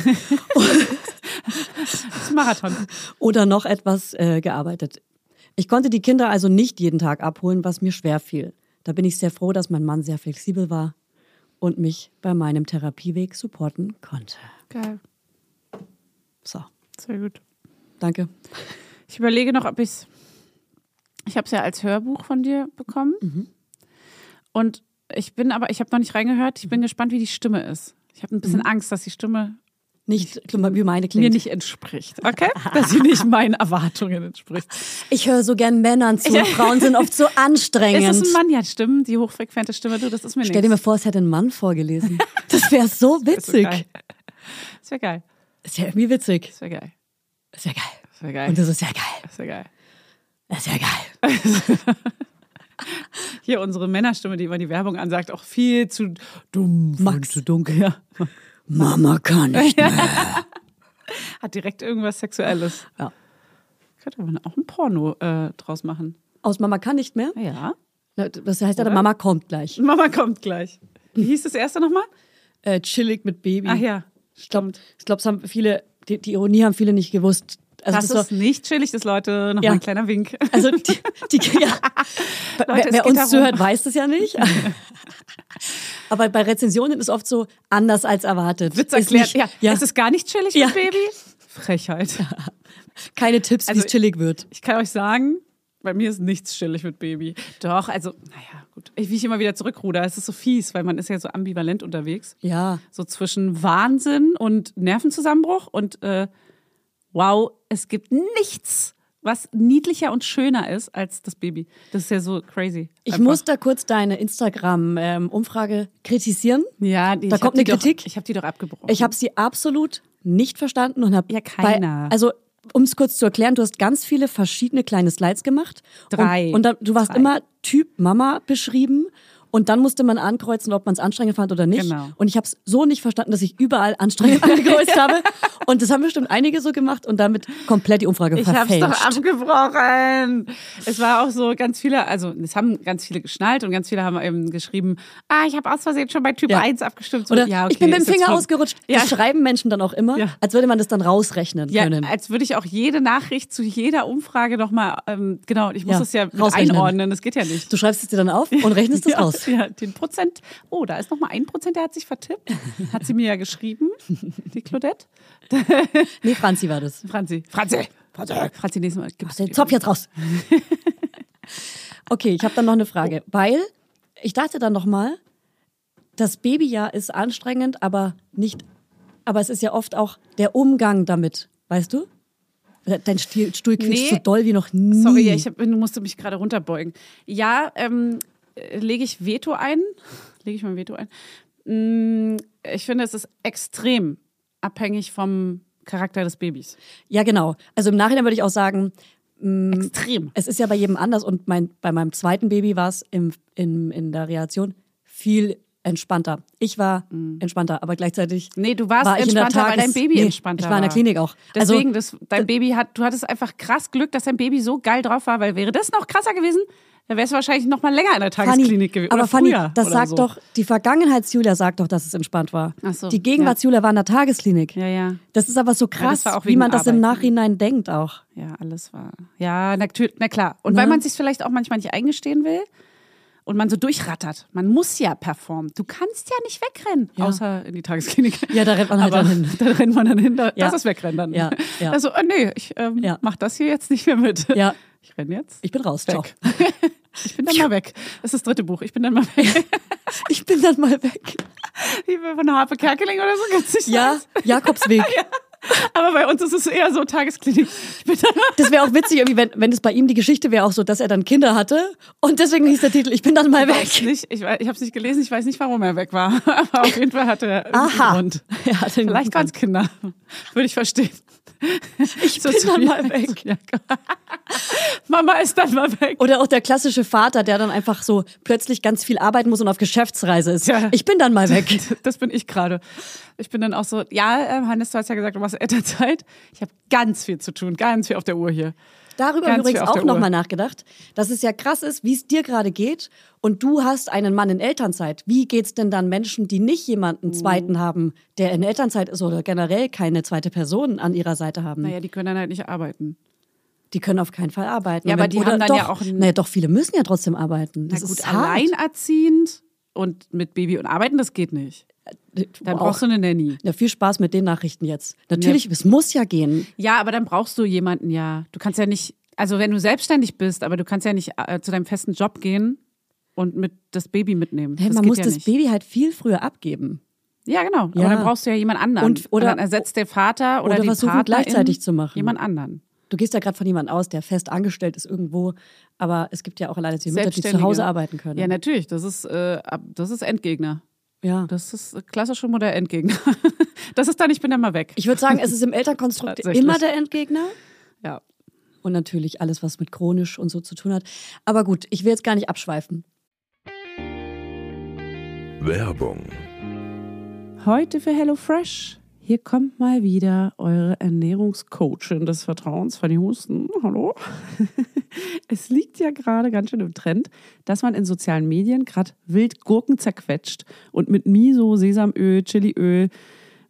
Speaker 2: Das ist ein Marathon.
Speaker 3: Oder noch etwas äh, gearbeitet. Ich konnte die Kinder also nicht jeden Tag abholen, was mir schwer fiel. Da bin ich sehr froh, dass mein Mann sehr flexibel war und mich bei meinem Therapieweg supporten konnte.
Speaker 2: Geil.
Speaker 3: So,
Speaker 2: Sehr gut.
Speaker 3: danke.
Speaker 2: Ich überlege noch, ob ich es. Ich habe es ja als Hörbuch von dir bekommen.
Speaker 3: Mhm.
Speaker 2: Und ich bin aber, ich habe noch nicht reingehört. Ich bin gespannt, wie die Stimme ist. Ich habe ein bisschen Angst, dass die Stimme
Speaker 3: Nicht wie meine
Speaker 2: mir
Speaker 3: Mhm. klingt.
Speaker 2: nicht entspricht. Okay? Dass sie nicht meinen
Speaker 3: [laughs]
Speaker 2: Erwartungen entspricht.
Speaker 3: Ich höre so gern Männern zu. Frauen sind
Speaker 2: [laughs]
Speaker 3: oft so anstrengend.
Speaker 2: Ist es ein Mann? Ja, stimmen. Die hochfrequente Stimme, du, das ist mir
Speaker 3: Stell dir mal
Speaker 2: nichts.
Speaker 3: vor, es hätte ein Mann
Speaker 2: [laughs]
Speaker 3: vorgelesen. Das wäre so witzig.
Speaker 2: Das wäre geil.
Speaker 3: Ist ja irgendwie witzig.
Speaker 2: Das wäre geil.
Speaker 3: Ist ja geil.
Speaker 2: Das wäre geil.
Speaker 3: Und das ist ja geil.
Speaker 2: Das wäre geil.
Speaker 3: Das ist ja geil.
Speaker 2: Hier unsere Männerstimme, die immer die Werbung ansagt, auch viel zu dumm und
Speaker 3: Max.
Speaker 2: zu dunkel. Ja.
Speaker 3: Mama kann nicht.
Speaker 2: Hat direkt irgendwas Sexuelles.
Speaker 3: Ja.
Speaker 2: Könnte man auch ein Porno äh, draus machen.
Speaker 3: [laughs] Aus Mama kann nicht mehr?
Speaker 2: Ja.
Speaker 3: Na, Das heißt ja, dann Mama kommt gleich.
Speaker 2: Mama kommt gleich. Wie hieß das erste nochmal?
Speaker 3: Äh, chillig mit Baby.
Speaker 2: Ach ja.
Speaker 3: Ich glaube, glaub, es haben viele, die, die Ironie haben viele nicht gewusst. Also
Speaker 2: das
Speaker 3: war-
Speaker 2: ist nicht chillig, das Leute. Nochmal
Speaker 3: Ja.
Speaker 2: ein kleiner Wink.
Speaker 3: Also die, die ja, wer
Speaker 2: Leute, es
Speaker 3: wer
Speaker 2: geht
Speaker 3: uns
Speaker 2: darum.
Speaker 3: zuhört, weiß das ja
Speaker 2: [laughs]
Speaker 3: nicht. Aber bei Rezensionen ist oft so anders als erwartet.
Speaker 2: [laughs]
Speaker 3: ist
Speaker 2: Witz erklärt.
Speaker 3: nicht,
Speaker 2: ja.
Speaker 3: ja,
Speaker 2: Es ist gar nicht chillig
Speaker 3: Ja.
Speaker 2: mit Baby. Frechheit.
Speaker 3: keine Tipps, wie
Speaker 2: Also-
Speaker 3: es chillig wird.
Speaker 2: Ich kann euch sagen, bei mir ist nichts chillig mit Baby. Doch, also, naja, gut. Ich, wie ich immer wieder zurückruder, es ist so fies, weil man ist ja so ambivalent unterwegs.
Speaker 3: Ja.
Speaker 2: So zwischen Wahnsinn und Nervenzusammenbruch und äh, wow, es gibt nichts, was niedlicher und schöner ist als das Baby. Das ist ja so crazy.
Speaker 3: Ich
Speaker 2: Einfach.
Speaker 3: muss da kurz deine Instagram-Umfrage kritisieren.
Speaker 2: Ja, die,
Speaker 3: da
Speaker 2: ich
Speaker 3: kommt
Speaker 2: hab die
Speaker 3: eine Kritik.
Speaker 2: Doch, ich habe die doch abgebrochen.
Speaker 3: Ich habe sie absolut nicht verstanden und habe
Speaker 2: Mhm. Ja, keiner.
Speaker 3: also um es kurz zu erklären, du hast ganz viele verschiedene kleine Slides gemacht.
Speaker 2: Drei.
Speaker 3: Und, und dann, du warst
Speaker 2: Drei.
Speaker 3: immer Typ Mama beschrieben. Und dann musste man ankreuzen, ob man es anstrengend fand oder nicht.
Speaker 2: Genau.
Speaker 3: Und ich habe es so nicht verstanden, dass ich überall
Speaker 2: [laughs]
Speaker 3: anstrengend angekreuzt habe. Und das haben bestimmt einige so gemacht und damit komplett die Umfrage
Speaker 2: Ich hab's
Speaker 3: verfälscht.
Speaker 2: doch abgebrochen. Es war auch so ganz viele, also es haben ganz viele geschnallt und ganz viele haben eben geschrieben, ah, ich habe aus Versehen schon bei Typ
Speaker 3: Ja.
Speaker 2: 1 abgestimmt. So,
Speaker 3: oder
Speaker 2: ja, okay,
Speaker 3: ich bin mit
Speaker 2: ist
Speaker 3: dem
Speaker 2: jetzt
Speaker 3: Finger
Speaker 2: vom-
Speaker 3: ausgerutscht.
Speaker 2: Ja.
Speaker 3: Das schreiben Menschen dann auch immer,
Speaker 2: Ja.
Speaker 3: als würde man das dann rausrechnen
Speaker 2: Ja,
Speaker 3: können.
Speaker 2: als würde ich auch jede Nachricht zu jeder Umfrage nochmal, ähm, genau, ich muss
Speaker 3: Ja,
Speaker 2: das ja mit
Speaker 3: rausrechnen.
Speaker 2: einordnen, das geht ja nicht.
Speaker 3: Du schreibst es dir dann auf und rechnest es
Speaker 2: [laughs] Ja.
Speaker 3: raus. Prozess.
Speaker 2: Ja, den Prozent. Oh, da ist noch mal ein Prozent, der hat sich vertippt. Hat sie mir ja geschrieben, die Claudette.
Speaker 3: Nee, Franzi war das.
Speaker 2: Franzi. Franzi. Franzi. Franzi, nächstes Mal. Gib's
Speaker 3: Aus dem Zopf jetzt raus. [laughs] okay, ich habe dann noch eine Frage, weil ich dachte dann noch mal, das Babyjahr ist anstrengend, aber nicht, aber es ist ja oft auch der Umgang damit, weißt du? Dein Stuhl, Stuhl quietscht so
Speaker 2: Nee.
Speaker 3: doll wie noch nie.
Speaker 2: Sorry, ja, ich hab, du musste mich gerade runterbeugen. Ja, ähm, äh, lege ich Veto ein? [laughs] Lege ich mein Veto ein? Mm, Ich finde, es ist extrem abhängig vom Charakter des Babys.
Speaker 3: ja, genau. Also im Nachhinein würde ich auch sagen, Mm.
Speaker 2: Extrem.
Speaker 3: es ist ja bei jedem anders und mein, bei meinem zweiten Baby war es im, in, in der Reaktion viel entspannter. Ich war
Speaker 2: Mhm.
Speaker 3: entspannter, aber gleichzeitig
Speaker 2: Nee, du warst
Speaker 3: war ich in der
Speaker 2: entspannter, weil
Speaker 3: Tages-
Speaker 2: dein Baby
Speaker 3: nee,
Speaker 2: entspannter
Speaker 3: Ich war in der
Speaker 2: war.
Speaker 3: Klinik auch.
Speaker 2: Deswegen,
Speaker 3: also,
Speaker 2: das, dein Baby hat, du hattest einfach krass Glück, dass dein Baby so geil drauf war, weil wäre das noch krasser gewesen, dann wärst du wahrscheinlich noch mal länger in der
Speaker 3: Fanny,
Speaker 2: Tagesklinik gewesen.
Speaker 3: aber
Speaker 2: oder
Speaker 3: Fanny,
Speaker 2: früher
Speaker 3: das
Speaker 2: oder
Speaker 3: sagt
Speaker 2: so.
Speaker 3: doch, die Vergangenheitsjulia sagt doch, dass es entspannt war.
Speaker 2: Ach so,
Speaker 3: die Gegenwartsjulia war in der Tagesklinik.
Speaker 2: Ja, ja.
Speaker 3: Das ist aber so krass,
Speaker 2: war auch
Speaker 3: wie
Speaker 2: wegen
Speaker 3: man das im
Speaker 2: Arbeit.
Speaker 3: Nachhinein denkt
Speaker 2: [laughs]
Speaker 3: auch.
Speaker 2: Ja, alles war. Ja, natürlich, na klar. Und weil
Speaker 3: Ne?
Speaker 2: man sich vielleicht auch manchmal nicht eingestehen will und man so durchrattert. Man muss ja performen. Du kannst ja nicht wegrennen, außer in die Tagesklinik.
Speaker 3: Ja, da rennt man halt
Speaker 2: Aber
Speaker 3: dann hin.
Speaker 2: [laughs] Da rennt man dann hin. Da,
Speaker 3: Ja.
Speaker 2: Das ist wegrennen dann.
Speaker 3: Ja, ja.
Speaker 2: Also, äh, nee, ich ähm,
Speaker 3: Ja.
Speaker 2: mach das hier jetzt nicht mehr mit.
Speaker 3: Ja.
Speaker 2: Ich renn jetzt.
Speaker 3: Ich bin raus, ciao.
Speaker 2: Weg. [laughs] Ich bin dann mal weg. Das ist das dritte Buch. Ich bin dann mal weg.
Speaker 3: [laughs]
Speaker 2: [laughs]
Speaker 3: Ich bin dann mal weg.
Speaker 2: Wie bei von Harpe Kerkeling oder so, ganz sicher.
Speaker 3: Ja,
Speaker 2: [laughs]
Speaker 3: Jakobsweg.
Speaker 2: Aber bei uns ist es eher so Tagesklinik. Ich bin dann mal
Speaker 3: Das wäre auch witzig, irgendwie, wenn, wenn es bei ihm die Geschichte wäre auch so, dass er dann Kinder hatte und deswegen hieß der Titel Ich bin dann mal
Speaker 2: Weiß
Speaker 3: [laughs] weg.
Speaker 2: Nicht, ich wei- ich habe es nicht gelesen, ich weiß nicht, warum er weg war. [laughs] Aber auf jeden Fall hatte er einen
Speaker 3: Aha.
Speaker 2: Grund.
Speaker 3: Er hatte einen
Speaker 2: Vielleicht
Speaker 3: guten
Speaker 2: waren es Kinder. [laughs] Würde ich verstehen. Ich
Speaker 3: bin dann mal weg.
Speaker 2: [laughs]
Speaker 3: Oh,
Speaker 2: Mama ist dann mal weg.
Speaker 3: Oder auch der klassische Vater, der dann einfach so plötzlich ganz viel arbeiten muss und auf Geschäftsreise ist.
Speaker 2: Tja.
Speaker 3: Ich bin dann
Speaker 2: [laughs]
Speaker 3: mal weg.
Speaker 2: Das bin ich gerade. Ich bin dann auch so, ja, ähm, Hannes, du hast ja gesagt, du machst Elternzeit. Ich habe ganz viel zu tun, ganz viel auf der Uhr
Speaker 3: Hm.
Speaker 2: hier.
Speaker 3: Darüber
Speaker 2: Ganz
Speaker 3: übrigens
Speaker 2: viel auf
Speaker 3: auch
Speaker 2: der
Speaker 3: nochmal
Speaker 2: Uhr.
Speaker 3: nachgedacht, dass es ja krass ist, wie es dir gerade geht und du hast einen Mann in Elternzeit. Wie geht's denn dann Menschen, die nicht
Speaker 2: Oh.
Speaker 3: jemanden zweiten haben, der in Elternzeit ist oder generell keine zweite Person an ihrer Seite haben?
Speaker 2: Naja, die können dann halt nicht arbeiten.
Speaker 3: Die können auf keinen Fall arbeiten.
Speaker 2: Ja,
Speaker 3: Und
Speaker 2: aber
Speaker 3: wenn-
Speaker 2: die
Speaker 3: oder
Speaker 2: haben dann
Speaker 3: doch,
Speaker 2: ja auch ein-
Speaker 3: Naja, doch, viele müssen ja trotzdem arbeiten. Das
Speaker 2: Na gut,
Speaker 3: ist hart.
Speaker 2: alleinerziehend und mit Baby und arbeiten, das geht nicht. Dann
Speaker 3: Wow.
Speaker 2: brauchst du eine Nanny.
Speaker 3: Na, viel Spaß mit den Nachrichten jetzt. Natürlich, es muss ja gehen.
Speaker 2: Ja, aber dann brauchst du jemanden, ja. Du kannst ja nicht, also wenn du selbstständig bist, aber du kannst ja nicht äh, zu deinem festen Job gehen und mit das Baby mitnehmen.
Speaker 3: Hey,
Speaker 2: das
Speaker 3: man
Speaker 2: geht
Speaker 3: muss
Speaker 2: ja
Speaker 3: das
Speaker 2: nicht.
Speaker 3: Baby halt viel früher abgeben.
Speaker 2: Ja, genau.
Speaker 3: Ja.
Speaker 2: Aber dann brauchst du ja jemand anderen.
Speaker 3: Und- oder-
Speaker 2: dann ersetzt der Vater oder,
Speaker 3: oder
Speaker 2: die
Speaker 3: versuchen,
Speaker 2: Partnerin
Speaker 3: gleichzeitig zu machen.
Speaker 2: Jemand anderen.
Speaker 3: Du gehst ja gerade von jemandem aus, der fest angestellt ist irgendwo, aber es gibt ja auch alleinerziehende Mütter, die zu
Speaker 2: Selbstständige.
Speaker 3: Hause arbeiten können.
Speaker 2: Ja, natürlich. Das ist, äh, ab- das ist Endgegner.
Speaker 3: Ja.
Speaker 2: Das ist äh, klassische Modell Endgegner. [laughs] das ist dann, ich bin dann mal weg.
Speaker 3: Ich würde sagen, es ist im Elternkonstrukt
Speaker 2: [laughs] Tatsächlich.
Speaker 3: immer der Endgegner
Speaker 2: ja.
Speaker 3: und natürlich alles, was mit chronisch und so zu tun hat. Aber gut, ich will jetzt gar nicht abschweifen.
Speaker 5: Werbung,
Speaker 2: Heute für HelloFresh. Hier kommt mal wieder eure Ernährungscoachin des Vertrauens, Fanny Husten. Hallo. [laughs] Es liegt ja gerade ganz schön im Trend, dass man in sozialen Medien gerade wild Gurken zerquetscht und mit Miso, Sesamöl, Chiliöl,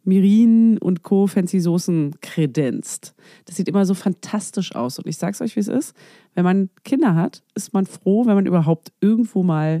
Speaker 2: Mirin und Co. fancy Soßen kredenzt. Das sieht immer so fantastisch aus. Und ich sag's euch, wie es ist. Wenn man Kinder hat, ist man froh, wenn man überhaupt irgendwo mal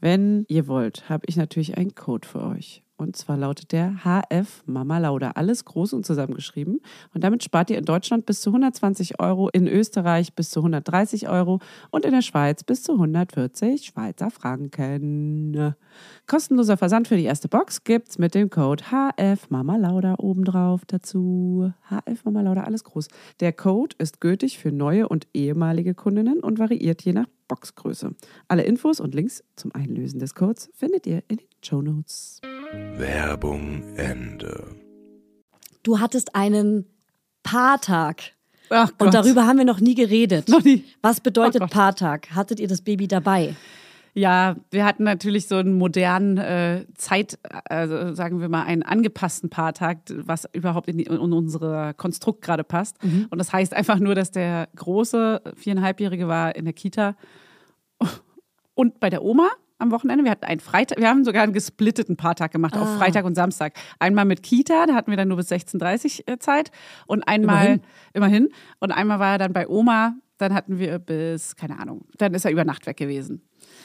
Speaker 2: wenn ihr wollt, habe ich natürlich einen Code für euch. Und zwar lautet der HF Mama Lauda. Alles groß und zusammengeschrieben. Und damit spart ihr in Deutschland bis zu 120 Euro, in Österreich bis zu 130 Euro und in der Schweiz bis zu 140 Schweizer Franken. Kostenloser Versand für die erste Box gibt's mit dem Code HF Mama Lauda obendrauf dazu. HF Mama Lauda, alles groß. Der Code ist gültig für neue und ehemalige Kundinnen und variiert je nach Boxgröße. Alle Infos und Links zum Einlösen des Codes findet ihr in den Show Notes.
Speaker 5: Werbung, Ende.
Speaker 3: Du hattest einen Paartag.
Speaker 2: Ach Gott.
Speaker 3: Und darüber haben wir noch nie geredet.
Speaker 2: Noch nie.
Speaker 3: Was bedeutet
Speaker 2: Oh Gott.
Speaker 3: Paartag? Hattet ihr das Baby dabei?
Speaker 2: Ja, wir hatten natürlich so einen modernen äh, Zeit, also sagen wir mal, einen angepassten Paartag, was überhaupt in, die, in unser Konstrukt gerade passt. Und das heißt einfach nur, dass der große viereinhalbjährige war in der Kita und bei der Oma am Wochenende. Wir hatten einen Freitag, wir haben sogar einen gesplitteten Paartag gemacht, auf Freitag und Samstag. Einmal mit Kita, da hatten wir dann nur bis 16.30 Uhr Zeit und einmal immerhin. und einmal war er dann bei Oma, dann hatten wir bis keine Ahnung, dann ist er über Nacht weg gewesen.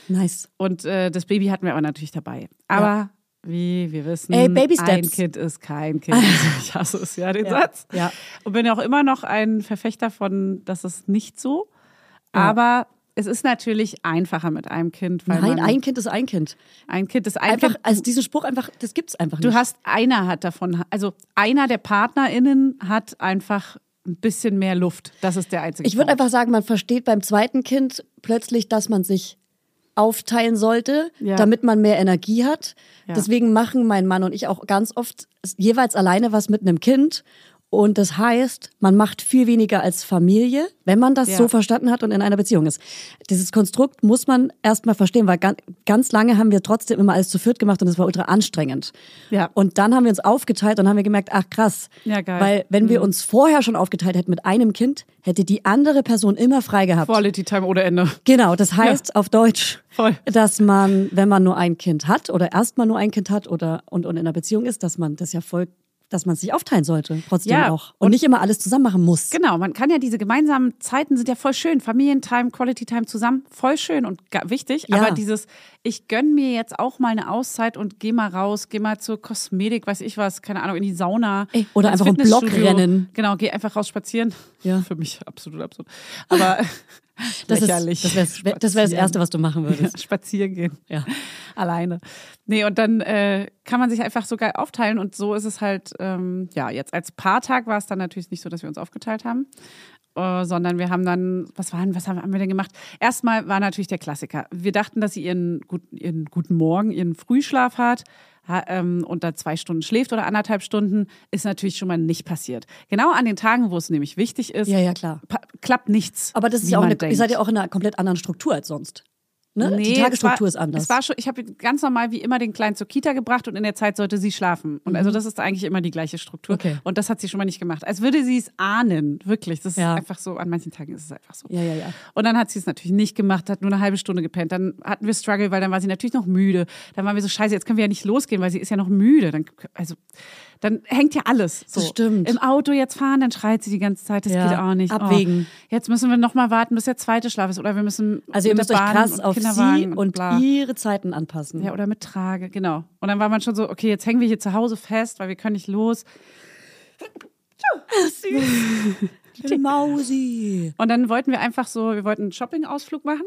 Speaker 3: Nice.
Speaker 2: Und äh, das Baby hatten wir aber natürlich dabei. Aber wie wir wissen,
Speaker 3: Ey, Baby Steps.
Speaker 2: ein Kind ist
Speaker 3: [laughs]
Speaker 2: kein Kind. [laughs] Ich hasse es ja, den
Speaker 3: Ja,
Speaker 2: Satz.
Speaker 3: ja.
Speaker 2: Und bin auch immer noch ein Verfechter von, das ist nicht so. Aber es ist natürlich einfacher mit einem Kind, weil
Speaker 3: Nein,
Speaker 2: man,
Speaker 3: ein Kind ist ein Kind.
Speaker 2: ein Kind ist ein
Speaker 3: Einfach,
Speaker 2: Kind.
Speaker 3: also diesen Spruch einfach, das gibt's einfach nicht.
Speaker 2: Du hast, einer hat davon, also einer der PartnerInnen hat einfach ein bisschen mehr Luft. Das ist der einzige
Speaker 3: ich würde
Speaker 2: Punkt.
Speaker 3: einfach sagen, man versteht beim zweiten Kind plötzlich, dass man sich aufteilen sollte,
Speaker 2: Ja.
Speaker 3: damit man mehr Energie hat.
Speaker 2: Ja.
Speaker 3: Deswegen machen mein Mann und ich auch ganz oft jeweils alleine was mit einem Kind. Und das heißt, man macht viel weniger als Familie, wenn man das
Speaker 2: Ja.
Speaker 3: so verstanden hat und in einer Beziehung ist. Dieses Konstrukt muss man erstmal verstehen, weil gan- ganz lange haben wir trotzdem immer alles zu viert gemacht und es war ultra anstrengend.
Speaker 2: Ja.
Speaker 3: Und dann haben wir uns aufgeteilt und haben wir gemerkt, ach krass,
Speaker 2: Ja, geil.
Speaker 3: weil wenn
Speaker 2: Mhm.
Speaker 3: wir uns vorher schon aufgeteilt hätten mit einem Kind, hätte die andere Person immer frei gehabt.
Speaker 2: Quality Time ohne Ende.
Speaker 3: Genau, das heißt auf Deutsch,
Speaker 2: Voll.
Speaker 3: dass man, wenn man nur ein Kind hat oder erstmal nur ein Kind hat oder und, und in einer Beziehung ist, dass man das ja voll, dass man sich aufteilen sollte, trotzdem
Speaker 2: Ja,
Speaker 3: auch. Und, nicht immer alles zusammen machen muss.
Speaker 2: Genau, man kann ja diese gemeinsamen Zeiten sind ja voll schön. Familientime, Quality Time zusammen, voll schön und ga- wichtig.
Speaker 3: Ja.
Speaker 2: Aber dieses, ich gönn mir jetzt auch mal eine Auszeit und geh mal raus, geh mal zur Kosmetik, weiß ich was, keine Ahnung, in die Sauna.
Speaker 3: Ey, oder
Speaker 2: ins
Speaker 3: einfach um den Block
Speaker 2: Fitnessstudio.
Speaker 3: rennen.
Speaker 2: Genau, geh einfach raus spazieren.
Speaker 3: Ja.
Speaker 2: [laughs] Für mich absolut absurd. Aber
Speaker 3: [laughs] das
Speaker 2: [laughs] lächerlich.
Speaker 3: Ist, das wäre das, wär das
Speaker 2: Spazieren.
Speaker 3: Erste, was du [laughs] machen
Speaker 2: Ja,
Speaker 3: würdest.
Speaker 2: spazieren gehen.
Speaker 3: Ja.
Speaker 2: [laughs] Alleine. Nee, und dann äh, kann man sich einfach so geil aufteilen und so ist es halt, ähm, ja, jetzt als Paartag war es dann natürlich nicht so, dass wir uns aufgeteilt haben. Äh, sondern wir haben dann, was waren, was haben, haben wir denn gemacht? Erstmal war natürlich der Klassiker. Wir dachten, dass sie ihren guten, ihren guten Morgen, ihren Frühschlaf hat ha, ähm, und da zwei Stunden schläft oder anderthalb Stunden, ist natürlich schon mal nicht passiert. Genau an den Tagen, wo es nämlich wichtig ist,
Speaker 3: Ja, ja, klar.
Speaker 2: pa- klappt nichts.
Speaker 3: Aber das ist
Speaker 2: wie
Speaker 3: ja auch
Speaker 2: man
Speaker 3: eine, ihr
Speaker 2: denkt.
Speaker 3: seid ja auch in einer komplett anderen Struktur als sonst. Ne?
Speaker 2: Nee,
Speaker 3: Die Tagesstruktur
Speaker 2: es
Speaker 3: ist
Speaker 2: war,
Speaker 3: anders.
Speaker 2: Es war schon, ich habe ganz normal wie immer den Kleinen zur Kita gebracht und in der Zeit sollte sie schlafen. Und also das ist eigentlich immer die gleiche Struktur.
Speaker 3: Mhm. Okay.
Speaker 2: Und das hat sie schon mal nicht gemacht. Als würde sie es ahnen, wirklich. Das
Speaker 3: Ja.
Speaker 2: ist einfach so, an manchen Tagen ist es einfach so.
Speaker 3: Ja, ja, ja.
Speaker 2: Und dann hat sie es natürlich nicht gemacht, hat nur eine halbe Stunde gepennt. Dann hatten wir Struggle, weil dann war sie natürlich noch müde. Dann waren wir so, scheiße, jetzt können wir ja nicht losgehen, weil sie ist ja noch müde. Dann, also, dann hängt ja alles. So.
Speaker 3: Das stimmt.
Speaker 2: Im Auto jetzt fahren, dann schreit sie die ganze Zeit, das
Speaker 3: Ja,
Speaker 2: geht auch nicht.
Speaker 3: abwägen.
Speaker 2: Oh, jetzt müssen wir noch mal warten, bis der zweite Schlaf ist. Oder wir müssen
Speaker 3: also ihr
Speaker 2: mit
Speaker 3: müsst
Speaker 2: der
Speaker 3: euch
Speaker 2: Bahn
Speaker 3: krass
Speaker 2: und
Speaker 3: auf sie
Speaker 2: Kinderwagen
Speaker 3: und
Speaker 2: bla.
Speaker 3: ihre Zeiten anpassen.
Speaker 2: Ja, oder mit Trage, genau. Und dann war man schon so, okay, jetzt hängen wir hier zu Hause fest, weil wir können nicht los.
Speaker 3: Die Mausi.
Speaker 2: Und dann wollten wir einfach so, wir wollten einen Shopping-Ausflug machen.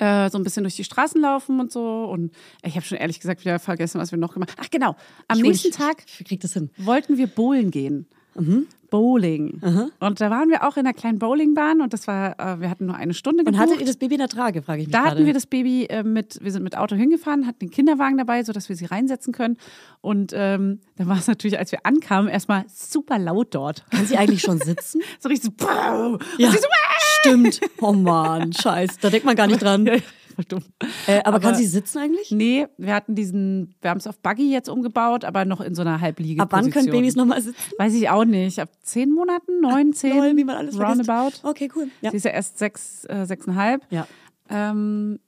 Speaker 2: Äh, so ein bisschen durch die Straßen laufen und so. Und ich habe schon ehrlich gesagt wieder vergessen, was wir noch gemacht haben. Ach genau, am
Speaker 3: Ich-
Speaker 2: nächsten
Speaker 3: ich-
Speaker 2: Tag
Speaker 3: Ich krieg das hin.
Speaker 2: wollten wir bowlen gehen.
Speaker 3: Mhm.
Speaker 2: Bowling. Und da waren wir auch in einer kleinen Bowlingbahn und das war, äh, wir hatten nur eine Stunde
Speaker 3: Und
Speaker 2: gebucht.
Speaker 3: hattet ihr das Baby in der Trage, frage ich mich
Speaker 2: Da
Speaker 3: gerade.
Speaker 2: hatten wir das Baby äh, mit, wir sind mit Auto hingefahren, hatten den Kinderwagen dabei, sodass wir sie reinsetzen können. Und ähm, dann war es natürlich, als wir ankamen, erstmal super laut dort. [laughs]
Speaker 3: Kann sie eigentlich schon sitzen?
Speaker 2: So richtig so, "Pow!" Und
Speaker 3: [laughs] Ja,
Speaker 2: sie so, "Ah!"
Speaker 3: stimmt. Oh Mann, scheiß. Da denkt man gar nicht
Speaker 2: [laughs]
Speaker 3: dran. Äh,
Speaker 2: Voll dumm.
Speaker 3: aber, kann
Speaker 2: Aber-
Speaker 3: sie sitzen eigentlich?
Speaker 2: Nee, wir hatten diesen, wir haben es auf Buggy jetzt umgebaut, aber noch in so einer Halbliege.
Speaker 3: Ab wann können Babys nochmal sitzen?
Speaker 2: Weiß ich auch nicht. Ab zehn Monaten, neun, zehn.
Speaker 3: Lol, wie man alles vergisst.
Speaker 2: Roundabout.
Speaker 3: Okay, cool. Ja.
Speaker 2: Sie ist ja erst sechs, äh, sechseinhalb.
Speaker 3: Ja.
Speaker 2: Ähm,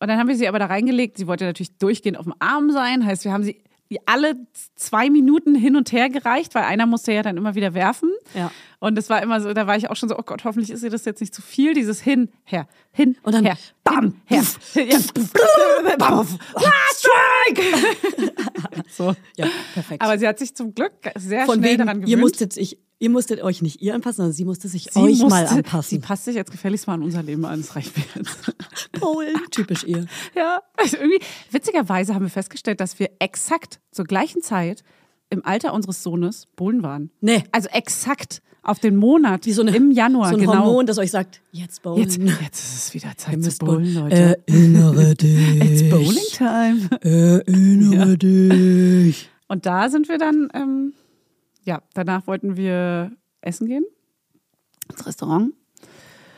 Speaker 2: Und dann haben wir sie aber da reingelegt. Sie wollte natürlich durchgehend auf dem Arm sein. Heißt, wir haben sie die alle zwei Minuten hin und her gereicht, weil einer musste ja dann immer wieder werfen.
Speaker 3: Ja.
Speaker 2: Und das war immer so, da war ich auch schon so, oh Gott, hoffentlich ist ihr das jetzt nicht zu viel, dieses hin, her, hin,
Speaker 3: Und dann
Speaker 2: her,
Speaker 3: bam,
Speaker 2: hin, her,
Speaker 3: puff,
Speaker 2: [laughs] ja, puff, puff, last strike! so.
Speaker 3: Ja, perfekt.
Speaker 2: Aber sie hat sich zum Glück sehr
Speaker 3: Von
Speaker 2: schnell
Speaker 3: wegen,
Speaker 2: daran gewöhnt.
Speaker 3: ihr musstet, ich, ihr musstet euch nicht ihr anpassen, sondern sie musste sich
Speaker 2: Sie
Speaker 3: euch
Speaker 2: musste-
Speaker 3: mal
Speaker 2: Sie
Speaker 3: anpassen.
Speaker 2: passt sich jetzt gefälligst mal an unser Leben an, das reicht mir jetzt.
Speaker 3: Polen. [laughs] Typisch ihr.
Speaker 2: Ja, also irgendwie, witzigerweise haben wir festgestellt, dass wir exakt zur gleichen Zeit im Alter unseres Sohnes Bullen waren.
Speaker 3: Nee.
Speaker 2: Also exakt auf den Monat
Speaker 3: Wie so eine,
Speaker 2: im Januar,
Speaker 3: So ein
Speaker 2: genau.
Speaker 3: Hormon, das euch sagt, jetzt Bowlen.
Speaker 2: Jetzt, jetzt ist es wieder Zeit zu
Speaker 3: müsst
Speaker 2: bowlen,
Speaker 3: bowlen. Äh, [laughs]
Speaker 2: Leute.
Speaker 3: Erinnere dich.
Speaker 2: It's bowling time.
Speaker 3: Erinnere dich.
Speaker 2: Und da sind wir dann, ähm, ja, danach wollten wir essen gehen ins Restaurant.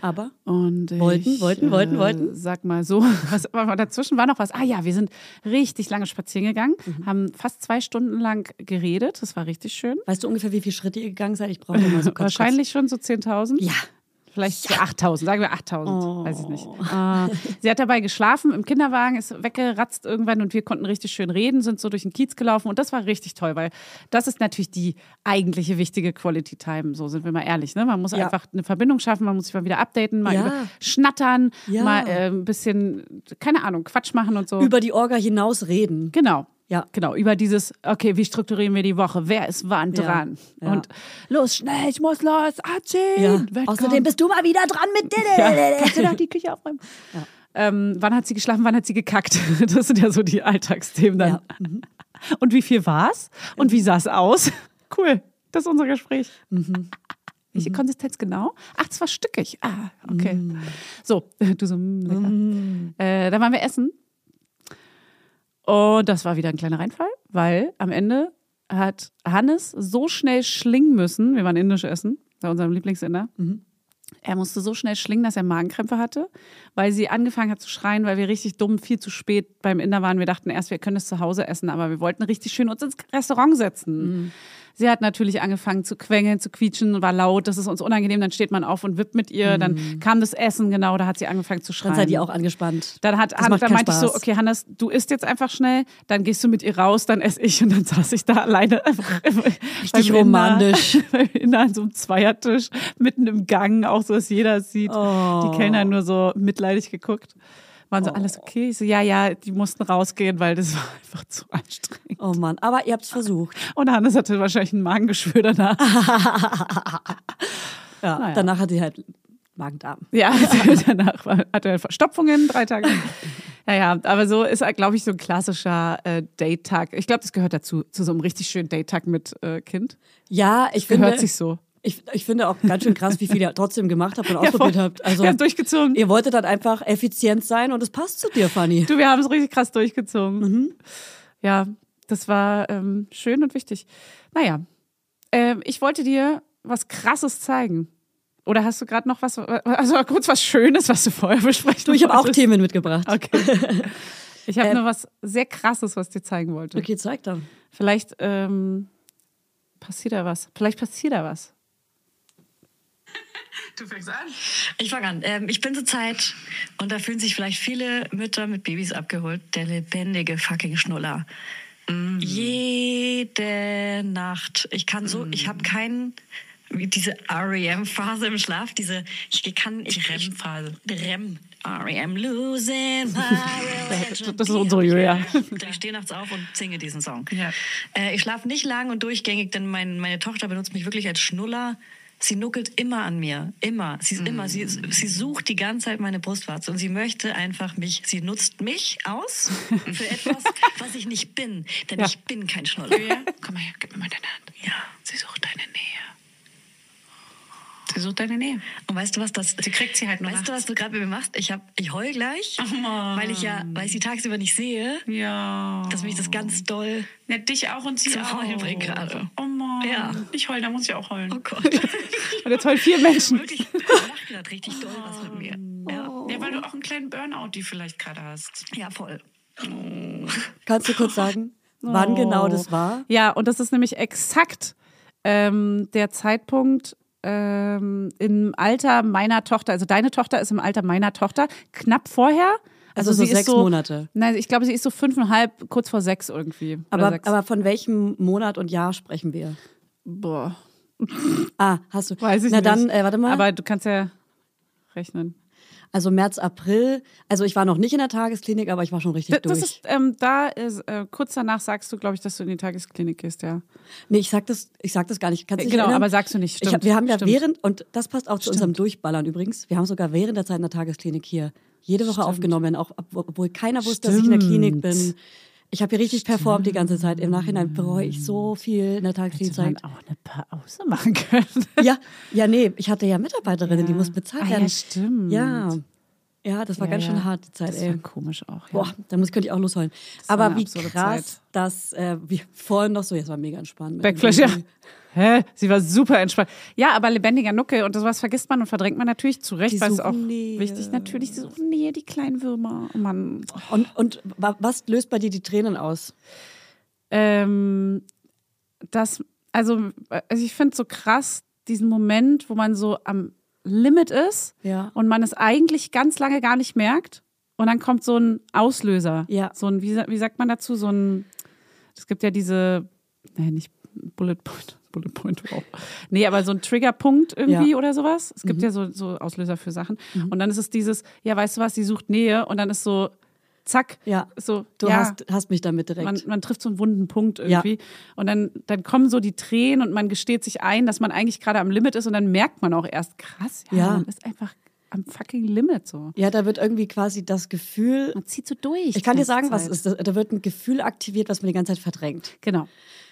Speaker 3: Aber
Speaker 2: Und
Speaker 3: Wollten,
Speaker 2: ich, äh,
Speaker 3: wollten, wollten, wollten.
Speaker 2: Sag mal so, [laughs] was, aber dazwischen war noch was. Ah ja, wir sind richtig lange spazieren gegangen,
Speaker 3: Mhm.
Speaker 2: haben fast zwei Stunden lang geredet. Das war richtig schön.
Speaker 3: weißt du ungefähr, wie viele Schritte ihr gegangen seid? Ich brauche immer so kurz.
Speaker 2: Wahrscheinlich schon so 10.000.
Speaker 3: Ja.
Speaker 2: Vielleicht so 8.000, sagen wir 8.000,
Speaker 3: Oh.
Speaker 2: weiß ich nicht. Ah, sie hat dabei geschlafen im Kinderwagen, ist weggeratzt irgendwann und wir konnten richtig schön reden, sind so durch den Kiez gelaufen und das war richtig toll, weil das ist natürlich die eigentliche wichtige Quality Time, so sind wir mal ehrlich. Ne? Man muss
Speaker 3: Ja.
Speaker 2: einfach eine Verbindung schaffen, man muss sich mal wieder updaten, mal
Speaker 3: Ja.
Speaker 2: über schnattern,
Speaker 3: Ja.
Speaker 2: mal äh, ein bisschen, keine Ahnung, Quatsch machen und so.
Speaker 3: Über die Orga hinaus reden.
Speaker 2: Genau.
Speaker 3: Ja.
Speaker 2: Genau, über dieses, okay, wie strukturieren wir die Woche? Wer ist wann
Speaker 3: Ja,
Speaker 2: dran?
Speaker 3: ja.
Speaker 2: Und los, schnell, ich muss los. Atschin,
Speaker 3: Ja.
Speaker 2: Wettkampf.
Speaker 3: Außerdem bist du mal wieder dran mit
Speaker 2: [laughs] ja,
Speaker 3: Diddle.
Speaker 2: kannst du noch die Küche aufräumen? Ähm, wann hat sie geschlafen, wann hat sie gekackt? [laughs] Das sind ja so die Alltagsthemen dann.
Speaker 3: Ja.
Speaker 2: [laughs] Und wie viel war's? Und wie sah's aus? [laughs] Cool, das ist unser Gespräch. Mhm. Welche Konsistenz genau? Ach, es war stückig. Ah, okay. So, [laughs] du so, mm, lecker. Äh, dann waren wir essen. Und das war wieder ein kleiner Reinfall, weil am Ende hat Hannes so schnell schlingen müssen. Wir waren indisch essen, bei unserem Lieblingsinder.
Speaker 3: Mhm.
Speaker 2: Er musste so schnell schlingen, dass er Magenkrämpfe hatte, weil sie angefangen hat zu schreien, weil wir richtig dumm viel zu spät beim Inder waren. Wir dachten erst, wir können es zu Hause essen, aber wir wollten richtig schön uns ins Restaurant
Speaker 3: Mhm.
Speaker 2: setzen. Sie hat natürlich angefangen zu quengeln, zu quietschen, war laut, das ist uns unangenehm. Dann steht man auf und wippt mit ihr. Dann kam das Essen, genau, da hat sie angefangen zu schreien.
Speaker 3: Mhm. Dann seid ihr auch angespannt.
Speaker 2: Dann, hat,
Speaker 3: Das
Speaker 2: Han-
Speaker 3: macht
Speaker 2: dann
Speaker 3: keinen
Speaker 2: meinte ich so,
Speaker 3: Spaß.
Speaker 2: okay, Hannes, du isst jetzt einfach schnell, dann gehst du mit ihr raus, dann esse ich und dann saß ich da alleine [laughs] einfach im- beim Inder-
Speaker 3: romantisch.
Speaker 2: [laughs] beim Inder an so einem Zweiertisch, mitten im Gang, auch so, dass jeder es sieht.
Speaker 3: Oh.
Speaker 2: Die Kellner nur so mitleidig geguckt. Waren so, alles okay? Ich so, ja, ja, die mussten rausgehen, weil das war [laughs] einfach zu anstrengend.
Speaker 3: Oh Mann, aber ihr habt's versucht.
Speaker 2: Und Hannes hatte wahrscheinlich ein Magengeschwür danach.
Speaker 3: Ah, Ja, [laughs]
Speaker 2: Naja.
Speaker 3: danach hat sie halt Magen-Darm. [laughs]
Speaker 2: Ja, also danach war, hatte er Verstopfungen, drei Tage. Naja, aber so ist, glaube ich, so ein klassischer äh, Date-Tag. Ich glaube, das gehört dazu, zu so einem richtig schönen Date-Tag mit äh, Kind.
Speaker 3: Ja, ich finde,
Speaker 2: Gehört sich so.
Speaker 3: ich, ich finde auch ganz schön krass, wie viel ihr trotzdem gemacht
Speaker 2: [laughs]
Speaker 3: habt und ausprobiert
Speaker 2: voll.
Speaker 3: habt. Also
Speaker 2: wir haben durchgezogen.
Speaker 3: ihr wolltet dann einfach effizient sein und es passt zu dir,
Speaker 2: [laughs]
Speaker 3: Fanny.
Speaker 2: Du, wir haben es richtig krass durchgezogen.
Speaker 3: Mhm.
Speaker 2: Ja, das war ähm, schön und wichtig. Naja, ähm, ich wollte dir was Krasses zeigen. Oder hast du gerade noch was, also kurz was Schönes, was du vorher besprechen
Speaker 3: Du, ich habe auch
Speaker 2: wolltest?
Speaker 3: Themen mitgebracht. [laughs]
Speaker 2: Okay. Ich habe
Speaker 3: Ähm.
Speaker 2: nur was sehr Krasses, was ich dir zeigen wollte.
Speaker 3: Okay, zeig dann.
Speaker 2: Vielleicht ähm, passiert da was. Vielleicht passiert da was.
Speaker 4: Du fängst an. Ich fange an. Ähm, ich bin zurzeit, und da fühlen sich vielleicht viele Mütter mit Babys abgeholt, der lebendige fucking Schnuller.
Speaker 2: Mm.
Speaker 4: Jede Nacht. Ich kann so, ich
Speaker 2: Mm.
Speaker 4: habe keinen, wie diese REM-Phase im Schlaf, diese, ich kann, ich,
Speaker 2: E
Speaker 4: E REM-Phase. REM. REM, losing my
Speaker 2: [laughs]
Speaker 4: religion.
Speaker 2: Das ist unsere Julia.
Speaker 4: Ich stehe nachts auf und singe diesen Song.
Speaker 2: Ja.
Speaker 4: Äh, ich schlafe nicht lang und durchgängig, denn mein, meine Tochter benutzt mich wirklich als Schnuller. Sie nuckelt immer an mir, immer. Sie ist immer, sie,
Speaker 6: Mm.
Speaker 4: sie sucht die ganze Zeit meine Brustwarze und sie möchte einfach mich, sie nutzt mich
Speaker 6: [laughs]
Speaker 4: aus für etwas, was ich nicht bin, denn
Speaker 2: Ja.
Speaker 4: ich bin kein Schnuller. Komm mal her, gib mir mal deine Hand. Ja. Sie sucht deine Nähe.
Speaker 6: Sie sucht deine Nähe.
Speaker 4: Und weißt du was, das
Speaker 6: Sie kriegt sie halt nur
Speaker 4: Weißt du, was du gerade mit mir machst? Ich hab, ich heul gleich, weil ich ja, weil ich sie tagsüber nicht sehe,
Speaker 6: Ja.
Speaker 4: dass mich das ganz doll.
Speaker 6: Ja, dich auch und sie
Speaker 4: Zum
Speaker 6: auch.
Speaker 4: Heulen bringt gerade.
Speaker 6: Oh Mann.
Speaker 4: Ja.
Speaker 6: Ich heule, da muss ich auch heulen.
Speaker 4: [laughs] Oh Gott.
Speaker 2: Und jetzt heulen
Speaker 3: [laughs]
Speaker 2: vier Menschen.
Speaker 4: Wirklich, ich mach gerade richtig doll was mit
Speaker 6: Oh
Speaker 4: mir. Ja,
Speaker 6: Ja, weil du auch einen kleinen Burnout, die vielleicht gerade hast.
Speaker 4: ja voll.
Speaker 3: Kannst du kurz sagen,
Speaker 2: Oh.
Speaker 3: wann genau das war?
Speaker 2: Ja, und das ist nämlich exakt ähm, der Zeitpunkt ähm, im Alter meiner Tochter. Also deine Tochter ist im Alter meiner Tochter. Knapp vorher,
Speaker 3: Also, so
Speaker 2: sie ist
Speaker 3: sechs Monate.
Speaker 2: Nein, ich glaube, sie ist so fünfeinhalb, kurz vor sechs irgendwie. Oder
Speaker 3: Aber,
Speaker 2: sechs.
Speaker 3: aber von welchem Monat und Jahr sprechen wir?
Speaker 2: boah,
Speaker 3: Ah, hast du.
Speaker 2: weiß ich
Speaker 3: Na
Speaker 2: nicht.
Speaker 3: dann, äh, warte mal.
Speaker 2: Aber du kannst ja rechnen.
Speaker 3: also März, April. Also ich war noch nicht in der Tagesklinik, aber ich war schon richtig
Speaker 2: D- Das
Speaker 3: durch.
Speaker 2: ist, ähm, da ist, äh, kurz danach sagst du, glaube ich, dass du in die Tagesklinik gehst, ja.
Speaker 3: nee, ich sag das, ich sag das gar nicht. Kannst du
Speaker 2: Äh,
Speaker 3: dich
Speaker 2: genau,
Speaker 3: erinnern?
Speaker 2: aber sagst du nicht,
Speaker 3: Ich hab,
Speaker 2: stimmt,
Speaker 3: wir haben ja
Speaker 2: stimmt.
Speaker 3: während, und das passt auch zu unserem Durchballern übrigens, wir haben sogar während der Zeit in der Tagesklinik hier jede Woche aufgenommen, auch ob- obwohl keiner wusste, dass ich in der Klinik bin. Ich habe hier richtig performt die ganze Zeit. Im Nachhinein bereue ich so viel in der Tagesklinik. Zeit.
Speaker 2: auch eine [laughs] Pause machen können.
Speaker 3: Ja, ja, nee, ich hatte ja Mitarbeiterinnen, die mussten bezahlt
Speaker 2: Ah,
Speaker 3: werden.
Speaker 2: ja, stimmt.
Speaker 3: Ja. Ja, das war
Speaker 2: Ja,
Speaker 3: ganz schön
Speaker 2: ja.
Speaker 3: hart, die Zeit,
Speaker 2: Das
Speaker 3: ey.
Speaker 2: war komisch auch, ja.
Speaker 3: Boah, da muss, könnte ich auch losheulen.
Speaker 2: war
Speaker 3: Aber
Speaker 2: eine
Speaker 3: wie
Speaker 2: absurde
Speaker 3: krass,
Speaker 2: Zeit.
Speaker 3: dass äh, wir [laughs] vorhin noch so, jetzt war mega entspannt. mit
Speaker 2: Backflash, ja.
Speaker 3: irgendwie-
Speaker 2: Hä? Sie war super entspannt. Ja, aber lebendiger Nuckel und sowas vergisst man und verdrängt man natürlich zu Recht,
Speaker 3: Die
Speaker 2: weil es auch
Speaker 3: suchen Nähe.
Speaker 2: wichtig natürlich, die suchen Nähe, die kleinen Würmer. Oh Mann.
Speaker 3: Und, und wa- was löst bei dir die Tränen aus?
Speaker 2: Ähm, das, also, also ich finde so krass, diesen Moment, wo man so am Limit ist
Speaker 3: Ja.
Speaker 2: und man es eigentlich ganz lange gar nicht merkt. Und dann kommt so ein Auslöser.
Speaker 3: Ja.
Speaker 2: So ein, wie, sa- wie sagt man dazu, so ein, es gibt ja diese, nee, nicht Bullet Point, [laughs] Bullet Point, wow. Nee, aber so ein Triggerpunkt irgendwie
Speaker 3: Ja. Mhm.
Speaker 2: oder sowas. Es gibt ja so, so Auslöser für Sachen. Und dann ist es dieses, ja, weißt du was, die sucht Nähe und dann ist so, zack,
Speaker 3: Ja.
Speaker 2: so,
Speaker 3: Du
Speaker 2: ja.
Speaker 3: hast, hast mich damit direkt.
Speaker 2: Man, man trifft so einen wunden Punkt irgendwie. Und dann, dann kommen so die Tränen und man gesteht sich ein, dass man eigentlich gerade am Limit ist und dann merkt man auch erst, krass, ja,
Speaker 3: Ja.
Speaker 2: man ist einfach am fucking Limit so.
Speaker 3: ja, da wird irgendwie quasi das Gefühl.
Speaker 2: Man zieht so durch.
Speaker 3: Ich kann
Speaker 2: die
Speaker 3: dir sagen,
Speaker 2: ganze
Speaker 3: was ist.
Speaker 2: Zeit.
Speaker 3: das- Da wird ein Gefühl aktiviert, was man die ganze Zeit verdrängt.
Speaker 2: Genau.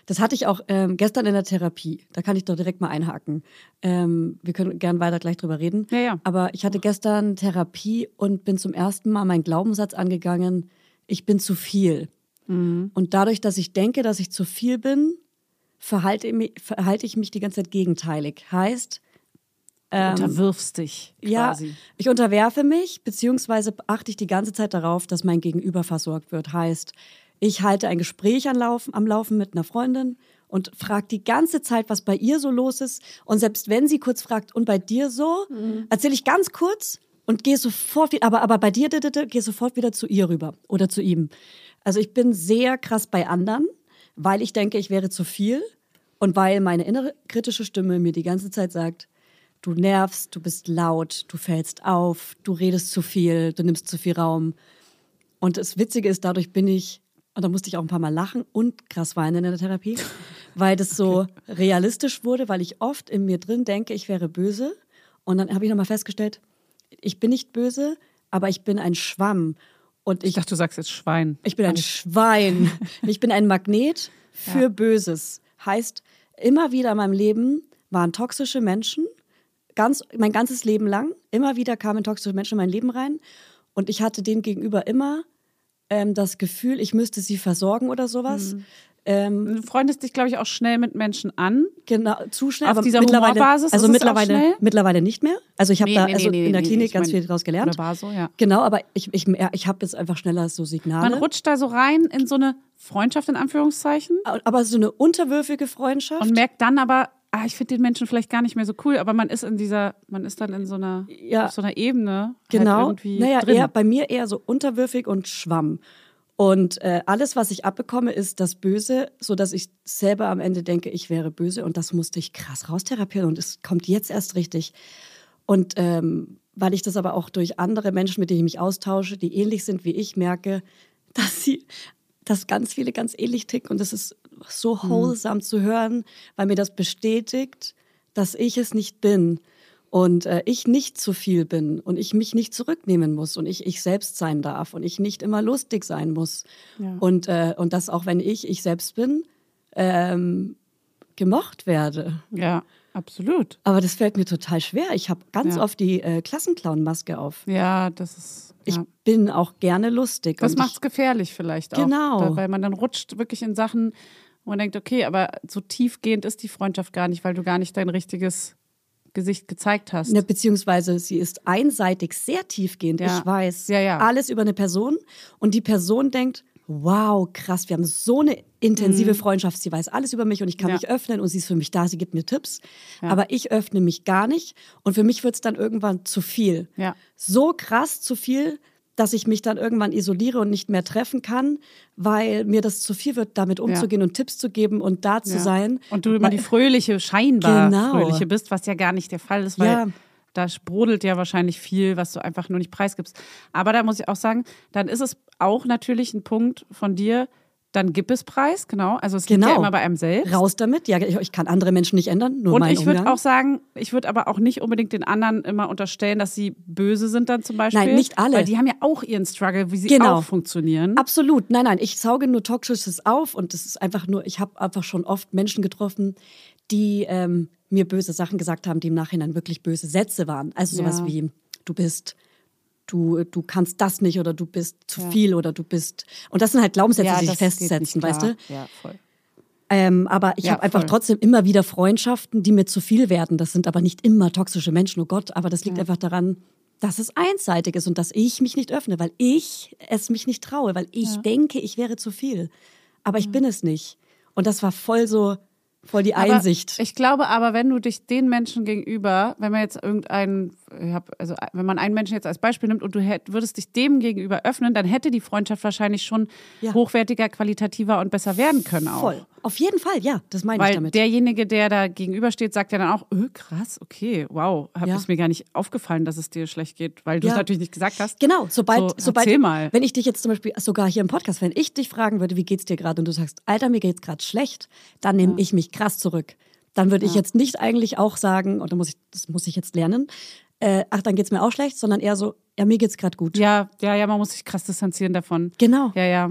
Speaker 3: Das hatte ich auch ähm, gestern in der Therapie. Da kann ich doch direkt mal einhaken. Ähm, wir können gern weiter gleich drüber reden.
Speaker 2: Ja, ja.
Speaker 3: Aber ich hatte gestern Therapie und bin zum ersten Mal meinen Glaubenssatz angegangen, ich bin zu viel.
Speaker 2: Mhm.
Speaker 3: Und dadurch, dass ich denke, dass ich zu viel bin, verhalte, ich mi- verhalte ich mich die ganze Zeit gegenteilig. Heißt,
Speaker 2: Du unterwirfst dich quasi.
Speaker 3: ja, ich unterwerfe mich, beziehungsweise achte ich die ganze Zeit darauf, dass mein Gegenüber versorgt wird. Heißt, ich halte ein Gespräch am Laufen, am Laufen mit einer Freundin und frage die ganze Zeit, was bei ihr so los ist. Und selbst wenn sie kurz fragt, und bei dir so, erzähle ich ganz kurz und gehe sofort wieder, aber, aber bei dir, d- d- d- gehe sofort wieder zu ihr rüber oder zu ihm. Also ich bin sehr krass bei anderen, weil ich denke, ich wäre zu viel und weil meine innere kritische Stimme mir die ganze Zeit sagt, Du nervst, du bist laut, du fällst auf, du redest zu viel, du nimmst zu viel Raum. Und das Witzige ist, dadurch bin ich, und da musste ich auch ein paar Mal lachen und krass weinen in der Therapie, weil das so realistisch wurde, weil ich oft in mir drin denke, ich wäre böse. Und dann habe ich nochmal festgestellt, ich bin nicht böse, aber ich bin ein Schwamm. Und
Speaker 2: Ich
Speaker 3: ich,
Speaker 2: dachte, du sagst jetzt Schwein.
Speaker 3: ich bin ein
Speaker 2: [laughs]
Speaker 3: Schwein. Ich bin ein Magnet für Böses. Heißt, immer wieder in meinem Leben waren toxische Menschen, ganz, mein ganzes Leben lang. Immer wieder kamen toxische Menschen in mein Leben rein. Und ich hatte denen gegenüber immer ähm, das Gefühl, ich müsste sie versorgen oder sowas.
Speaker 2: Mhm.
Speaker 3: Ähm,
Speaker 2: Du freundest dich, glaube ich, auch schnell mit Menschen an.
Speaker 3: genau, zu schnell.
Speaker 2: Auf
Speaker 3: aber
Speaker 2: dieser
Speaker 3: mittlerweile,
Speaker 2: Humorbasis
Speaker 3: also
Speaker 2: ist es auch
Speaker 3: mittlerweile,
Speaker 2: schnell?
Speaker 3: mittlerweile nicht mehr. Also ich habe
Speaker 2: Nee,
Speaker 3: da
Speaker 2: nee,
Speaker 3: also
Speaker 2: nee, nee,
Speaker 3: in der
Speaker 2: nee,
Speaker 3: Klinik
Speaker 2: ich
Speaker 3: ganz
Speaker 2: mein,
Speaker 3: viel draus gelernt.
Speaker 2: oder war so, ja.
Speaker 3: Genau, aber ich, ich, ich habe jetzt einfach schneller so Signale.
Speaker 2: Man rutscht da so rein in so eine Freundschaft in Anführungszeichen
Speaker 3: aber so eine unterwürfige Freundschaft.
Speaker 2: und merkt dann aber, ah, ich finde den Menschen vielleicht gar nicht mehr so cool, aber man ist in dieser, man ist dann in so einer,
Speaker 3: Ja.
Speaker 2: auf so einer Ebene
Speaker 3: genau.
Speaker 2: halt irgendwie
Speaker 3: naja,
Speaker 2: drin.
Speaker 3: eher bei mir eher so unterwürfig und schwamm. Und äh, alles, was ich abbekomme, ist das Böse, so dass ich selber am Ende denke, ich wäre böse und das musste ich krass rautherapieren und es kommt jetzt erst richtig. Und ähm, weil ich das aber auch durch andere Menschen, mit denen ich mich austausche, die ähnlich sind wie ich, merke, [laughs] dass sie, dass ganz viele ganz ähnlich ticken und das ist so wholesome zu hören, weil mir das bestätigt, dass ich es nicht bin und äh, ich nicht zu viel bin und ich mich nicht zurücknehmen muss und ich ich selbst sein darf und ich nicht immer lustig sein muss und äh, und dass auch wenn ich ich selbst bin ähm, gemocht werde.
Speaker 2: Ja, absolut.
Speaker 3: Aber das fällt mir total schwer. Ich habe ganz
Speaker 2: Ja.
Speaker 3: oft die äh, Klassenclown-Maske auf.
Speaker 2: Ja, das ist.
Speaker 3: Ich
Speaker 2: ja.
Speaker 3: bin auch gerne lustig.
Speaker 2: Das
Speaker 3: und
Speaker 2: macht es gefährlich vielleicht auch.
Speaker 3: Genau.
Speaker 2: Da, weil man dann rutscht wirklich in Sachen, wo man denkt, okay, aber so tiefgehend ist die Freundschaft gar nicht, weil du gar nicht dein richtiges Gesicht gezeigt hast.
Speaker 3: ich, ne, beziehungsweise sie ist einseitig sehr tiefgehend.
Speaker 2: Ja.
Speaker 3: Ich weiß
Speaker 2: Ja, ja.
Speaker 3: alles über eine Person und die Person denkt, wow, krass, wir haben so eine intensive Freundschaft. Sie weiß alles über mich und ich kann
Speaker 2: Mhm. Ja.
Speaker 3: mich öffnen und sie ist für mich da, sie gibt mir Tipps. Aber ich öffne mich gar nicht und für mich wird es dann irgendwann zu viel.
Speaker 2: Ja.
Speaker 3: So krass zu viel, dass ich mich dann irgendwann isoliere und nicht mehr treffen kann, weil mir das zu viel wird, damit umzugehen und Tipps zu geben und da zu
Speaker 2: Ja.
Speaker 3: sein.
Speaker 2: Und du immer die fröhliche, scheinbar
Speaker 3: Genau.
Speaker 2: fröhliche bist, was ja gar nicht der Fall ist, weil
Speaker 3: Ja.
Speaker 2: da sprudelt ja wahrscheinlich viel, was du einfach nur nicht preisgibst. Aber da muss ich auch sagen, dann ist es auch natürlich ein Punkt von dir, dann gib es preis, genau. Also es liegt ja
Speaker 3: Genau.
Speaker 2: immer bei einem selbst.
Speaker 3: Raus damit. Ja, ich, ich kann andere Menschen nicht ändern, nur
Speaker 2: Und
Speaker 3: meinen
Speaker 2: ich
Speaker 3: Umgang.
Speaker 2: würde auch sagen, ich würde aber auch nicht unbedingt den anderen immer unterstellen, dass sie böse sind dann zum Beispiel.
Speaker 3: Nein, nicht alle.
Speaker 2: Weil die haben ja auch ihren Struggle, wie sie
Speaker 3: Genau.
Speaker 2: auch funktionieren.
Speaker 3: Absolut. Nein, nein, ich sauge nur Toxisches auf und es ist einfach nur, ich habe einfach schon oft Menschen getroffen, die ähm, mir böse Sachen gesagt haben, die im Nachhinein wirklich böse Sätze waren. Also sowas
Speaker 2: Ja.
Speaker 3: wie, du bist, du, du kannst das nicht oder du bist zu viel oder du bist. Und das sind halt Glaubenssätze, die sich
Speaker 2: das geht nicht
Speaker 3: festsetzen,
Speaker 2: klar.
Speaker 3: weißt du?
Speaker 2: Ja, voll.
Speaker 3: Ähm, aber ich
Speaker 2: Ja,
Speaker 3: habe einfach
Speaker 2: voll.
Speaker 3: trotzdem immer wieder Freundschaften, die mir zu viel werden. Das sind aber nicht immer toxische Menschen, oh Gott, aber das liegt einfach daran, dass es einseitig ist und dass ich mich nicht öffne, weil ich es mich nicht traue, weil ich denke, ich wäre zu viel. Aber ich bin es nicht. Und das war voll so, voll die
Speaker 2: Aber
Speaker 3: Einsicht.
Speaker 2: Ich glaube aber, wenn du dich den Menschen gegenüber, wenn man jetzt irgendeinen, ich hab, also wenn man einen Menschen jetzt als Beispiel nimmt und du hätt, würdest dich dem gegenüber öffnen, dann hätte die Freundschaft wahrscheinlich schon
Speaker 3: Ja.
Speaker 2: hochwertiger, qualitativer und besser werden können auch.
Speaker 3: voll. Auf jeden Fall, ja, das meine ich
Speaker 2: Weil
Speaker 3: damit.
Speaker 2: derjenige, der da gegenübersteht, sagt ja dann auch, öh, krass, okay, wow, hab
Speaker 3: Ja.
Speaker 2: es mir gar nicht aufgefallen, dass es dir schlecht geht, weil du es
Speaker 3: Ja.
Speaker 2: natürlich nicht gesagt hast.
Speaker 3: Genau, sobald,
Speaker 2: so,
Speaker 3: sobald
Speaker 2: erzähl mal.
Speaker 3: wenn ich dich jetzt zum Beispiel sogar hier im Podcast, wenn ich dich fragen würde, wie geht's dir gerade und du sagst, Alter, mir geht's gerade schlecht, dann nehme ich mich krass zurück. Dann würde ich jetzt nicht eigentlich auch sagen, und da muss ich, das muss ich jetzt lernen, äh, ach, dann geht's mir auch schlecht, sondern eher so, ja, mir geht's gerade gut.
Speaker 2: Ja, ja, ja, man muss sich krass distanzieren davon.
Speaker 3: Genau.
Speaker 2: Ja, ja.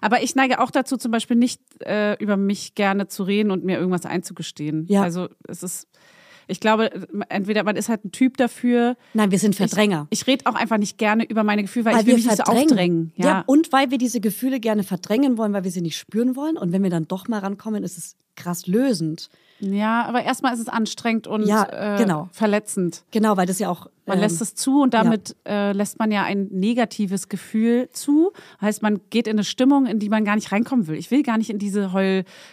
Speaker 2: Aber ich neige auch dazu, zum Beispiel nicht äh, über mich gerne zu reden und mir irgendwas einzugestehen.
Speaker 3: Ja.
Speaker 2: Also es ist, ich glaube, entweder man ist halt ein Typ dafür.
Speaker 3: Nein, wir sind Verdränger.
Speaker 2: Ich, ich rede auch einfach nicht gerne über meine Gefühle, weil, ich will mich nicht so aufdrängen.
Speaker 3: Ja. und weil wir diese Gefühle gerne verdrängen wollen, weil wir sie nicht spüren wollen. Und wenn wir dann doch mal rankommen, ist es krass lösend.
Speaker 2: ja, aber erstmal ist es anstrengend und
Speaker 3: Ja,
Speaker 2: äh,
Speaker 3: genau.
Speaker 2: verletzend.
Speaker 3: Genau, weil das ja auch.
Speaker 2: Man lässt es zu und damit äh, lässt man ja ein negatives Gefühl zu. Heißt, man geht in eine Stimmung, in die man gar nicht reinkommen will. Ich will gar nicht in diese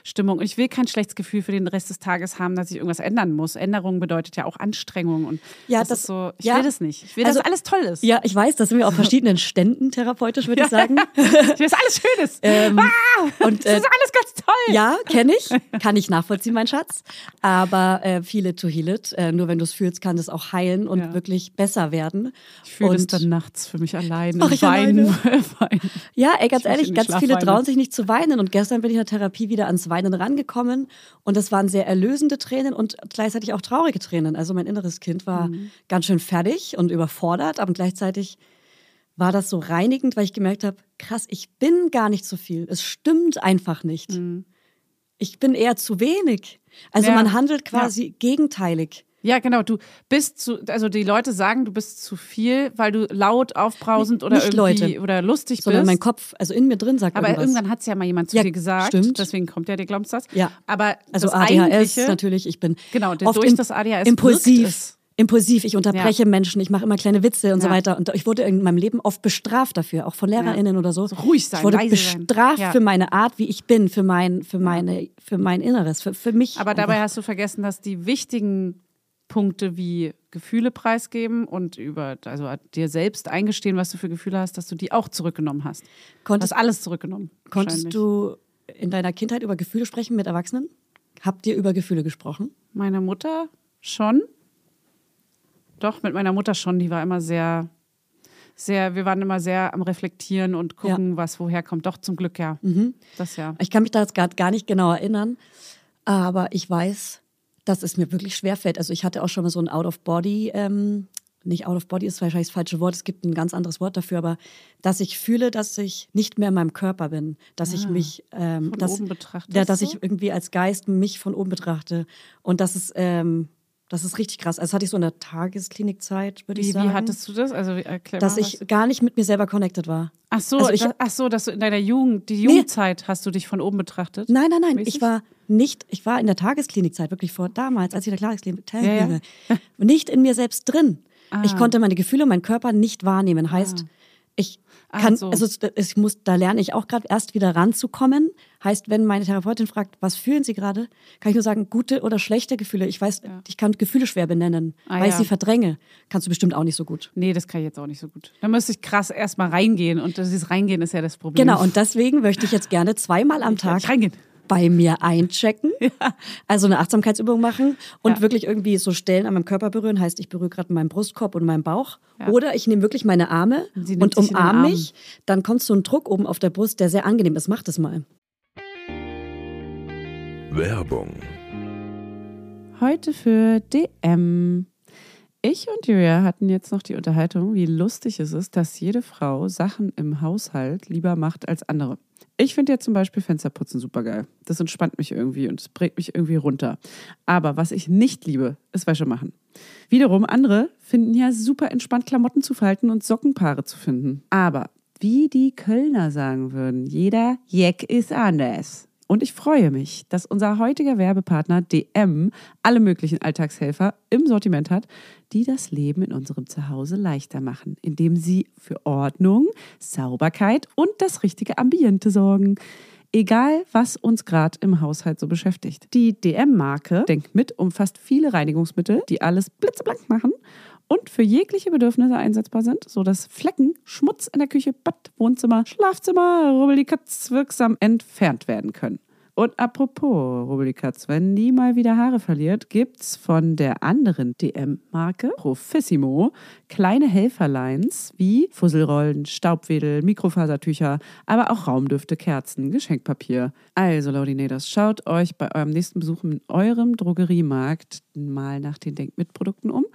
Speaker 2: Heulstimmung und ich will kein schlechtes Gefühl für den Rest des Tages haben, dass ich irgendwas ändern muss. Änderung bedeutet ja auch Anstrengung und
Speaker 3: Ja,
Speaker 2: das,
Speaker 3: das-
Speaker 2: ist so, ich
Speaker 3: ja.
Speaker 2: will das nicht. Ich will,
Speaker 3: Also-
Speaker 2: dass alles toll ist.
Speaker 3: Ja, ich weiß, das sind wir
Speaker 2: [laughs]
Speaker 3: auf verschiedenen Ständen therapeutisch, würde ich sagen.
Speaker 2: ich will, dass alles schön ist.
Speaker 3: [laughs]
Speaker 2: [laughs]
Speaker 3: Ähm,
Speaker 2: ah,
Speaker 3: und,
Speaker 2: das
Speaker 3: äh,
Speaker 2: ist alles ganz toll.
Speaker 3: Ja, kenne ich. Kann ich nachvollziehen, mein Schatz. Aber äh, feel it to heal it. Äh, nur wenn du es fühlst, kann das auch heilen und
Speaker 2: Ja.
Speaker 3: wirklich besser werden.
Speaker 2: Ich fühle das
Speaker 3: Und-
Speaker 2: dann nachts für mich allein.
Speaker 3: Mach
Speaker 2: und
Speaker 3: ich
Speaker 2: [laughs]
Speaker 3: alleine.
Speaker 2: weinen.
Speaker 3: Ja, ey, ganz
Speaker 2: Ich muss
Speaker 3: ehrlich,
Speaker 2: in den
Speaker 3: ganz
Speaker 2: Schlaf
Speaker 3: viele
Speaker 2: weinen.
Speaker 3: trauen sich nicht zu weinen. Und gestern bin ich in der Therapie wieder ans Weinen rangekommen. Und das waren sehr erlösende Tränen und gleichzeitig auch traurige Tränen. Also mein inneres Kind war
Speaker 2: Mhm.
Speaker 3: ganz schön fertig und überfordert, aber gleichzeitig war das so reinigend, weil ich gemerkt habe, krass, ich bin gar nicht so viel. Es stimmt einfach nicht. Ich bin eher zu wenig. Also
Speaker 2: Mhm. Ja.
Speaker 3: man handelt quasi gegenteilig.
Speaker 2: Ja, genau. Du bist zu, also die Leute sagen, du bist zu viel, weil du laut, aufbrausend oder
Speaker 3: Nicht
Speaker 2: irgendwie
Speaker 3: Leute,
Speaker 2: oder lustig
Speaker 3: Sondern
Speaker 2: bist.
Speaker 3: mein Kopf, also in mir drin sagt
Speaker 2: Aber
Speaker 3: irgendwas.
Speaker 2: irgendwann hat es ja mal jemand zu
Speaker 3: Ja,
Speaker 2: dir gesagt.
Speaker 3: stimmt.
Speaker 2: Deswegen kommt ja der Glaubenssatz.
Speaker 3: Ja.
Speaker 2: Aber
Speaker 3: Also
Speaker 2: das
Speaker 3: ADHS
Speaker 2: Eigentliche-
Speaker 3: natürlich, ich bin
Speaker 2: Genau, der-
Speaker 3: oft
Speaker 2: durch
Speaker 3: im-
Speaker 2: das ADHS wirkt
Speaker 3: impulsiv.
Speaker 2: es.
Speaker 3: Impulsiv, ich unterbreche Menschen, ich mache immer kleine Witze und so
Speaker 2: Ja.
Speaker 3: weiter. Und ich wurde in meinem Leben oft bestraft dafür, auch von LehrerInnen oder so.
Speaker 2: So Also ruhig sein,
Speaker 3: ich wurde
Speaker 2: leise sein.
Speaker 3: bestraft
Speaker 2: Ja.
Speaker 3: für meine Art, wie ich bin, für mein, für meine, für mein Inneres, für, für mich.
Speaker 2: Aber dabei
Speaker 3: einfach.
Speaker 2: hast du vergessen, dass die wichtigen Punkte wie Gefühle preisgeben und über, also dir selbst eingestehen, was du für Gefühle hast, dass du die auch zurückgenommen hast.
Speaker 3: Konntest-
Speaker 2: du hast alles zurückgenommen.
Speaker 3: konntest
Speaker 2: wahrscheinlich.
Speaker 3: du in deiner Kindheit über Gefühle sprechen mit Erwachsenen? Habt ihr über Gefühle gesprochen?
Speaker 2: Meine Mutter schon. Doch, mit meiner Mutter schon. Die war immer sehr, sehr, wir waren immer sehr am Reflektieren und gucken, was woher kommt. Doch, zum Glück ja. Das ja.
Speaker 3: Mhm. Ich kann mich da jetzt gar, gar nicht genau erinnern, aber ich weiß, dass es mir wirklich schwerfällt. Also ich hatte auch schon mal so ein Out-of-Body, ähm, nicht Out-of-Body ist wahrscheinlich das falsche Wort, es gibt ein ganz anderes Wort dafür, aber dass ich fühle, dass ich nicht mehr in meinem Körper bin, dass ich mich, ähm,
Speaker 2: Ah. Von
Speaker 3: dass,
Speaker 2: oben betrachtest
Speaker 3: ja, dass
Speaker 2: du?
Speaker 3: ich irgendwie als Geist mich von oben betrachte und das ist, ähm, das ist richtig krass. Also das hatte ich so in der Tagesklinikzeit, würde ich
Speaker 2: Wie,
Speaker 3: sagen.
Speaker 2: wie hattest du das? Also wie- erklär
Speaker 3: dass
Speaker 2: mal
Speaker 3: ich
Speaker 2: was.
Speaker 3: gar nicht mit mir selber connected war.
Speaker 2: Ach so,
Speaker 3: also ich-
Speaker 2: das, ach so, dass du in deiner Jugend, die Jugendzeit, hast du dich von oben betrachtet?
Speaker 3: Nein, nein, nein.
Speaker 2: Mäßig?
Speaker 3: Ich war nicht, ich war in der Tagesklinikzeit, wirklich vor damals, als ich in der Tagesklinik
Speaker 2: Ja, Ah. ja.
Speaker 3: war, nicht in mir selbst drin. Ich konnte meine Gefühle und meinen Körper nicht wahrnehmen. Heißt, Ich
Speaker 2: Ach
Speaker 3: kann,
Speaker 2: Ah. so.
Speaker 3: also es- ich muss, da lerne ich auch gerade erst wieder ranzukommen. Heißt, wenn meine Therapeutin fragt, was fühlen Sie gerade, kann ich nur sagen, gute oder schlechte Gefühle. Ich weiß, ich kann Gefühle schwer benennen,
Speaker 2: Ah,
Speaker 3: weil ich
Speaker 2: ja.
Speaker 3: sie verdränge. Kannst du bestimmt auch nicht so gut.
Speaker 2: Nee, das kann ich jetzt auch nicht so gut. Da müsste ich krass erstmal reingehen und dieses Reingehen ist ja das Problem.
Speaker 3: Genau, und deswegen möchte ich jetzt gerne zweimal am
Speaker 2: Hm. werde
Speaker 3: Tag
Speaker 2: nicht reingehen.
Speaker 3: bei mir einchecken, also eine Achtsamkeitsübung machen und
Speaker 2: Ja.
Speaker 3: wirklich irgendwie so Stellen an meinem Körper berühren, heißt ich berühre gerade meinen Brustkorb und meinen Bauch
Speaker 2: Ja.
Speaker 3: oder ich nehme wirklich meine Arme
Speaker 2: Sie nimmt
Speaker 3: und
Speaker 2: sich in den
Speaker 3: umarme
Speaker 2: Arm.
Speaker 3: mich, dann kommt so ein Druck oben auf der Brust, der sehr angenehm ist, macht es mal.
Speaker 5: Werbung,
Speaker 2: Heute für DM. Ich und Julia hatten jetzt noch die Unterhaltung, wie lustig es ist, dass jede Frau Sachen im Haushalt lieber macht als andere. Ich finde ja zum Beispiel Fensterputzen super geil. Das entspannt mich irgendwie und es bringt mich irgendwie runter. Aber was ich nicht liebe, ist Wäsche machen. Wiederum andere finden ja super entspannt, Klamotten zu falten und Sockenpaare zu finden. Aber wie die Kölner sagen würden, jeder Jack ist anders. Und ich freue mich, dass unser heutiger Werbepartner DM alle möglichen Alltagshelfer im Sortiment hat, die das Leben in unserem Zuhause leichter machen, indem sie für Ordnung, Sauberkeit und das richtige Ambiente sorgen. Egal, was uns gerade im Haushalt so beschäftigt. Die DM-Marke Denk mit umfasst viele Reinigungsmittel, die alles blitzeblank machen und für jegliche Bedürfnisse einsetzbar sind, sodass Flecken, Schmutz in der Küche, Bad, Wohnzimmer, Schlafzimmer, Rubelikatz wirksam entfernt werden können. Und apropos Rubelikatz, wenn die mal wieder Haare verliert, gibt's von der anderen DM-Marke Profissimo kleine Helferlines wie Fusselrollen, Staubwedel, Mikrofasertücher, aber auch Raumdüfte, Kerzen, Geschenkpapier. Also, Laudinators, schaut euch bei eurem nächsten Besuch in eurem Drogeriemarkt mal nach den Denkmitprodukten um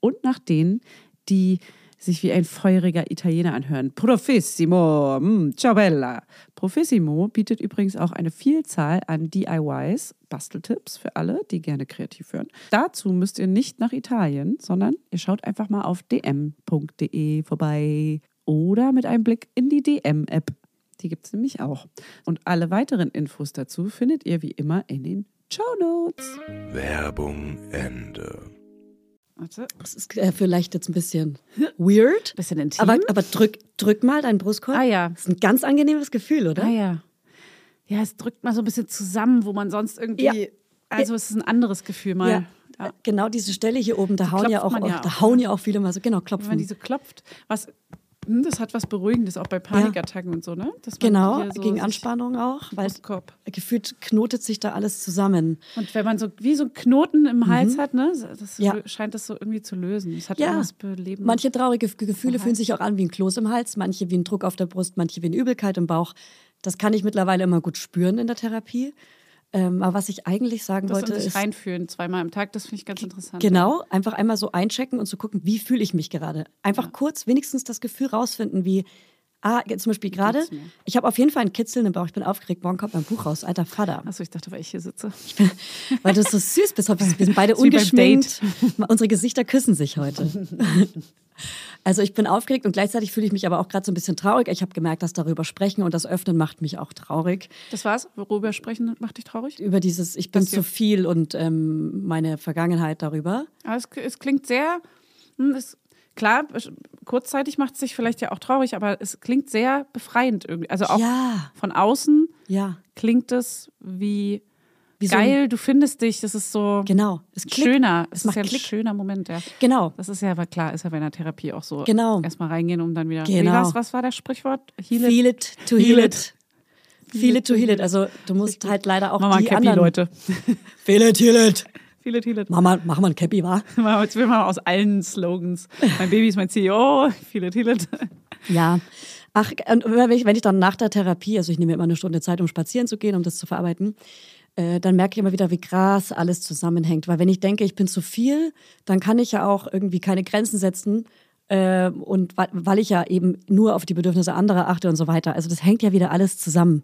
Speaker 2: und nach denen, die sich wie ein feuriger Italiener anhören. Profissimo, mm, ciao bella. Profissimo bietet übrigens auch eine Vielzahl an DIYs, Basteltipps für alle, die gerne kreativ hören. Dazu müsst ihr nicht nach Italien, sondern ihr schaut einfach mal auf dm.de e vorbei oder mit einem Blick in die DM-App. Die gibt es nämlich auch. Und alle weiteren Infos dazu findet ihr wie immer in den Show Notes.
Speaker 5: Werbung, Ende.
Speaker 2: Warte.
Speaker 3: Das ist äh, vielleicht jetzt ein bisschen weird,
Speaker 2: Bisschen intim.
Speaker 3: aber, aber drück, drück mal deinen Brustkorb.
Speaker 2: Ah, ja.
Speaker 3: Das ist ein ganz angenehmes Gefühl, oder?
Speaker 2: Ah ja. Ja, es drückt mal so ein bisschen zusammen, wo man sonst irgendwie.
Speaker 3: Ja.
Speaker 2: Also es ist ein anderes Gefühl mal.
Speaker 3: Ja.
Speaker 2: Ja.
Speaker 3: Genau diese Stelle hier oben, da hauen ja auch,
Speaker 2: klopft man
Speaker 3: da
Speaker 2: ja auch, ne?
Speaker 3: hauen ja auch viele mal so genau
Speaker 2: Wenn man
Speaker 3: klopfen.
Speaker 2: die so klopft, was hm, das hat was Beruhigendes, auch bei Panikattacken und so, ne? Dass man
Speaker 3: Genau,
Speaker 2: hier so
Speaker 3: gegen
Speaker 2: sich-
Speaker 3: Anspannung auch, weil
Speaker 2: Brustkorb.
Speaker 3: gefühlt knotet sich da alles zusammen.
Speaker 2: Und wenn man so wie so einen Knoten im Hals hat, ne? Das
Speaker 3: Mhm. Ja.
Speaker 2: lö- scheint das so irgendwie zu lösen. Es hat
Speaker 3: Ja.
Speaker 2: irgendwas beleben.
Speaker 3: Manche traurige Ge- Gefühle fühlen sich auch an wie ein Kloß im Hals, manche wie ein Druck auf der Brust, manche wie eine Übelkeit im Bauch. Das kann ich mittlerweile immer gut spüren in der Therapie. Ähm, aber was ich eigentlich sagen
Speaker 2: das
Speaker 3: wollte,
Speaker 2: und sich
Speaker 3: ist
Speaker 2: reinfühlen zweimal am Tag, das finde ich ganz interessant.
Speaker 3: genau einfach einmal so einchecken und zu gucken, wie fühle ich mich gerade. Einfach kurz wenigstens das Gefühl rausfinden, wie ah jetzt zum Beispiel gerade,
Speaker 2: geht's mir?
Speaker 3: ich habe auf jeden Fall einen Kitzeln im Bauch. Ich bin aufgeregt. Morgen kommt mein Buch raus, alter Vater.
Speaker 2: Achso, ich dachte, weil ich hier sitze.
Speaker 3: Weil du so süß bist. heute. Wir sind beide
Speaker 2: Ist wie beim
Speaker 3: ungeschminkt. Unsere Gesichter küssen sich heute. Also ich bin aufgeregt und gleichzeitig fühle ich mich aber auch gerade so ein bisschen traurig. Ich habe gemerkt, dass darüber sprechen und das Öffnen macht mich auch traurig.
Speaker 2: Das war's. Worüber sprechen macht dich traurig?
Speaker 3: Über dieses Ich bin
Speaker 2: Das hier-
Speaker 3: zu viel und ähm, meine Vergangenheit darüber.
Speaker 2: Ah, es, es klingt sehr. hm, Es, klar, es- kurzzeitig macht es sich vielleicht ja auch traurig, aber es klingt sehr befreiend irgendwie. Also auch
Speaker 3: Ja,
Speaker 2: von außen
Speaker 3: ja.
Speaker 2: klingt es wie,
Speaker 3: Wie so ein-
Speaker 2: geil, du findest dich. Das ist so
Speaker 3: Genau. Es
Speaker 2: ein
Speaker 3: klickt.
Speaker 2: schöner.
Speaker 3: Es
Speaker 2: Es
Speaker 3: macht
Speaker 2: ist ja ein
Speaker 3: Klick.
Speaker 2: schöner Moment, ja.
Speaker 3: Genau.
Speaker 2: Das ist ja aber klar, ist ja bei einer Therapie auch so.
Speaker 3: Genau.
Speaker 2: Erstmal reingehen, um dann wieder. Wie
Speaker 3: Genau.
Speaker 2: war's, was war das Sprichwort? Heal it.
Speaker 3: Feel it to heal it. Feel it to heal it. Also du musst halt leider auch
Speaker 2: Mach mal ein
Speaker 3: die
Speaker 2: Cappy,
Speaker 3: anderen...
Speaker 2: Leute.
Speaker 3: Feel it, heal it.
Speaker 2: Feel it, heal it.
Speaker 3: Mama, mach mal ein Cappy, wa?
Speaker 2: Jetzt will man aus allen Slogans. Mein Baby ist mein E CEO. Feel it, heal it.
Speaker 3: Ja. Ach, und wenn ich, wenn ich dann nach der Therapie, also ich nehme mir immer eine Stunde Zeit, um spazieren zu gehen, um das zu verarbeiten, äh, dann merke ich immer wieder, wie krass alles zusammenhängt. Weil wenn ich denke, ich bin zu viel, dann kann ich ja auch irgendwie keine Grenzen setzen. Äh, und weil, weil ich ja eben nur auf die Bedürfnisse anderer achte und so weiter. Also das hängt ja wieder alles zusammen.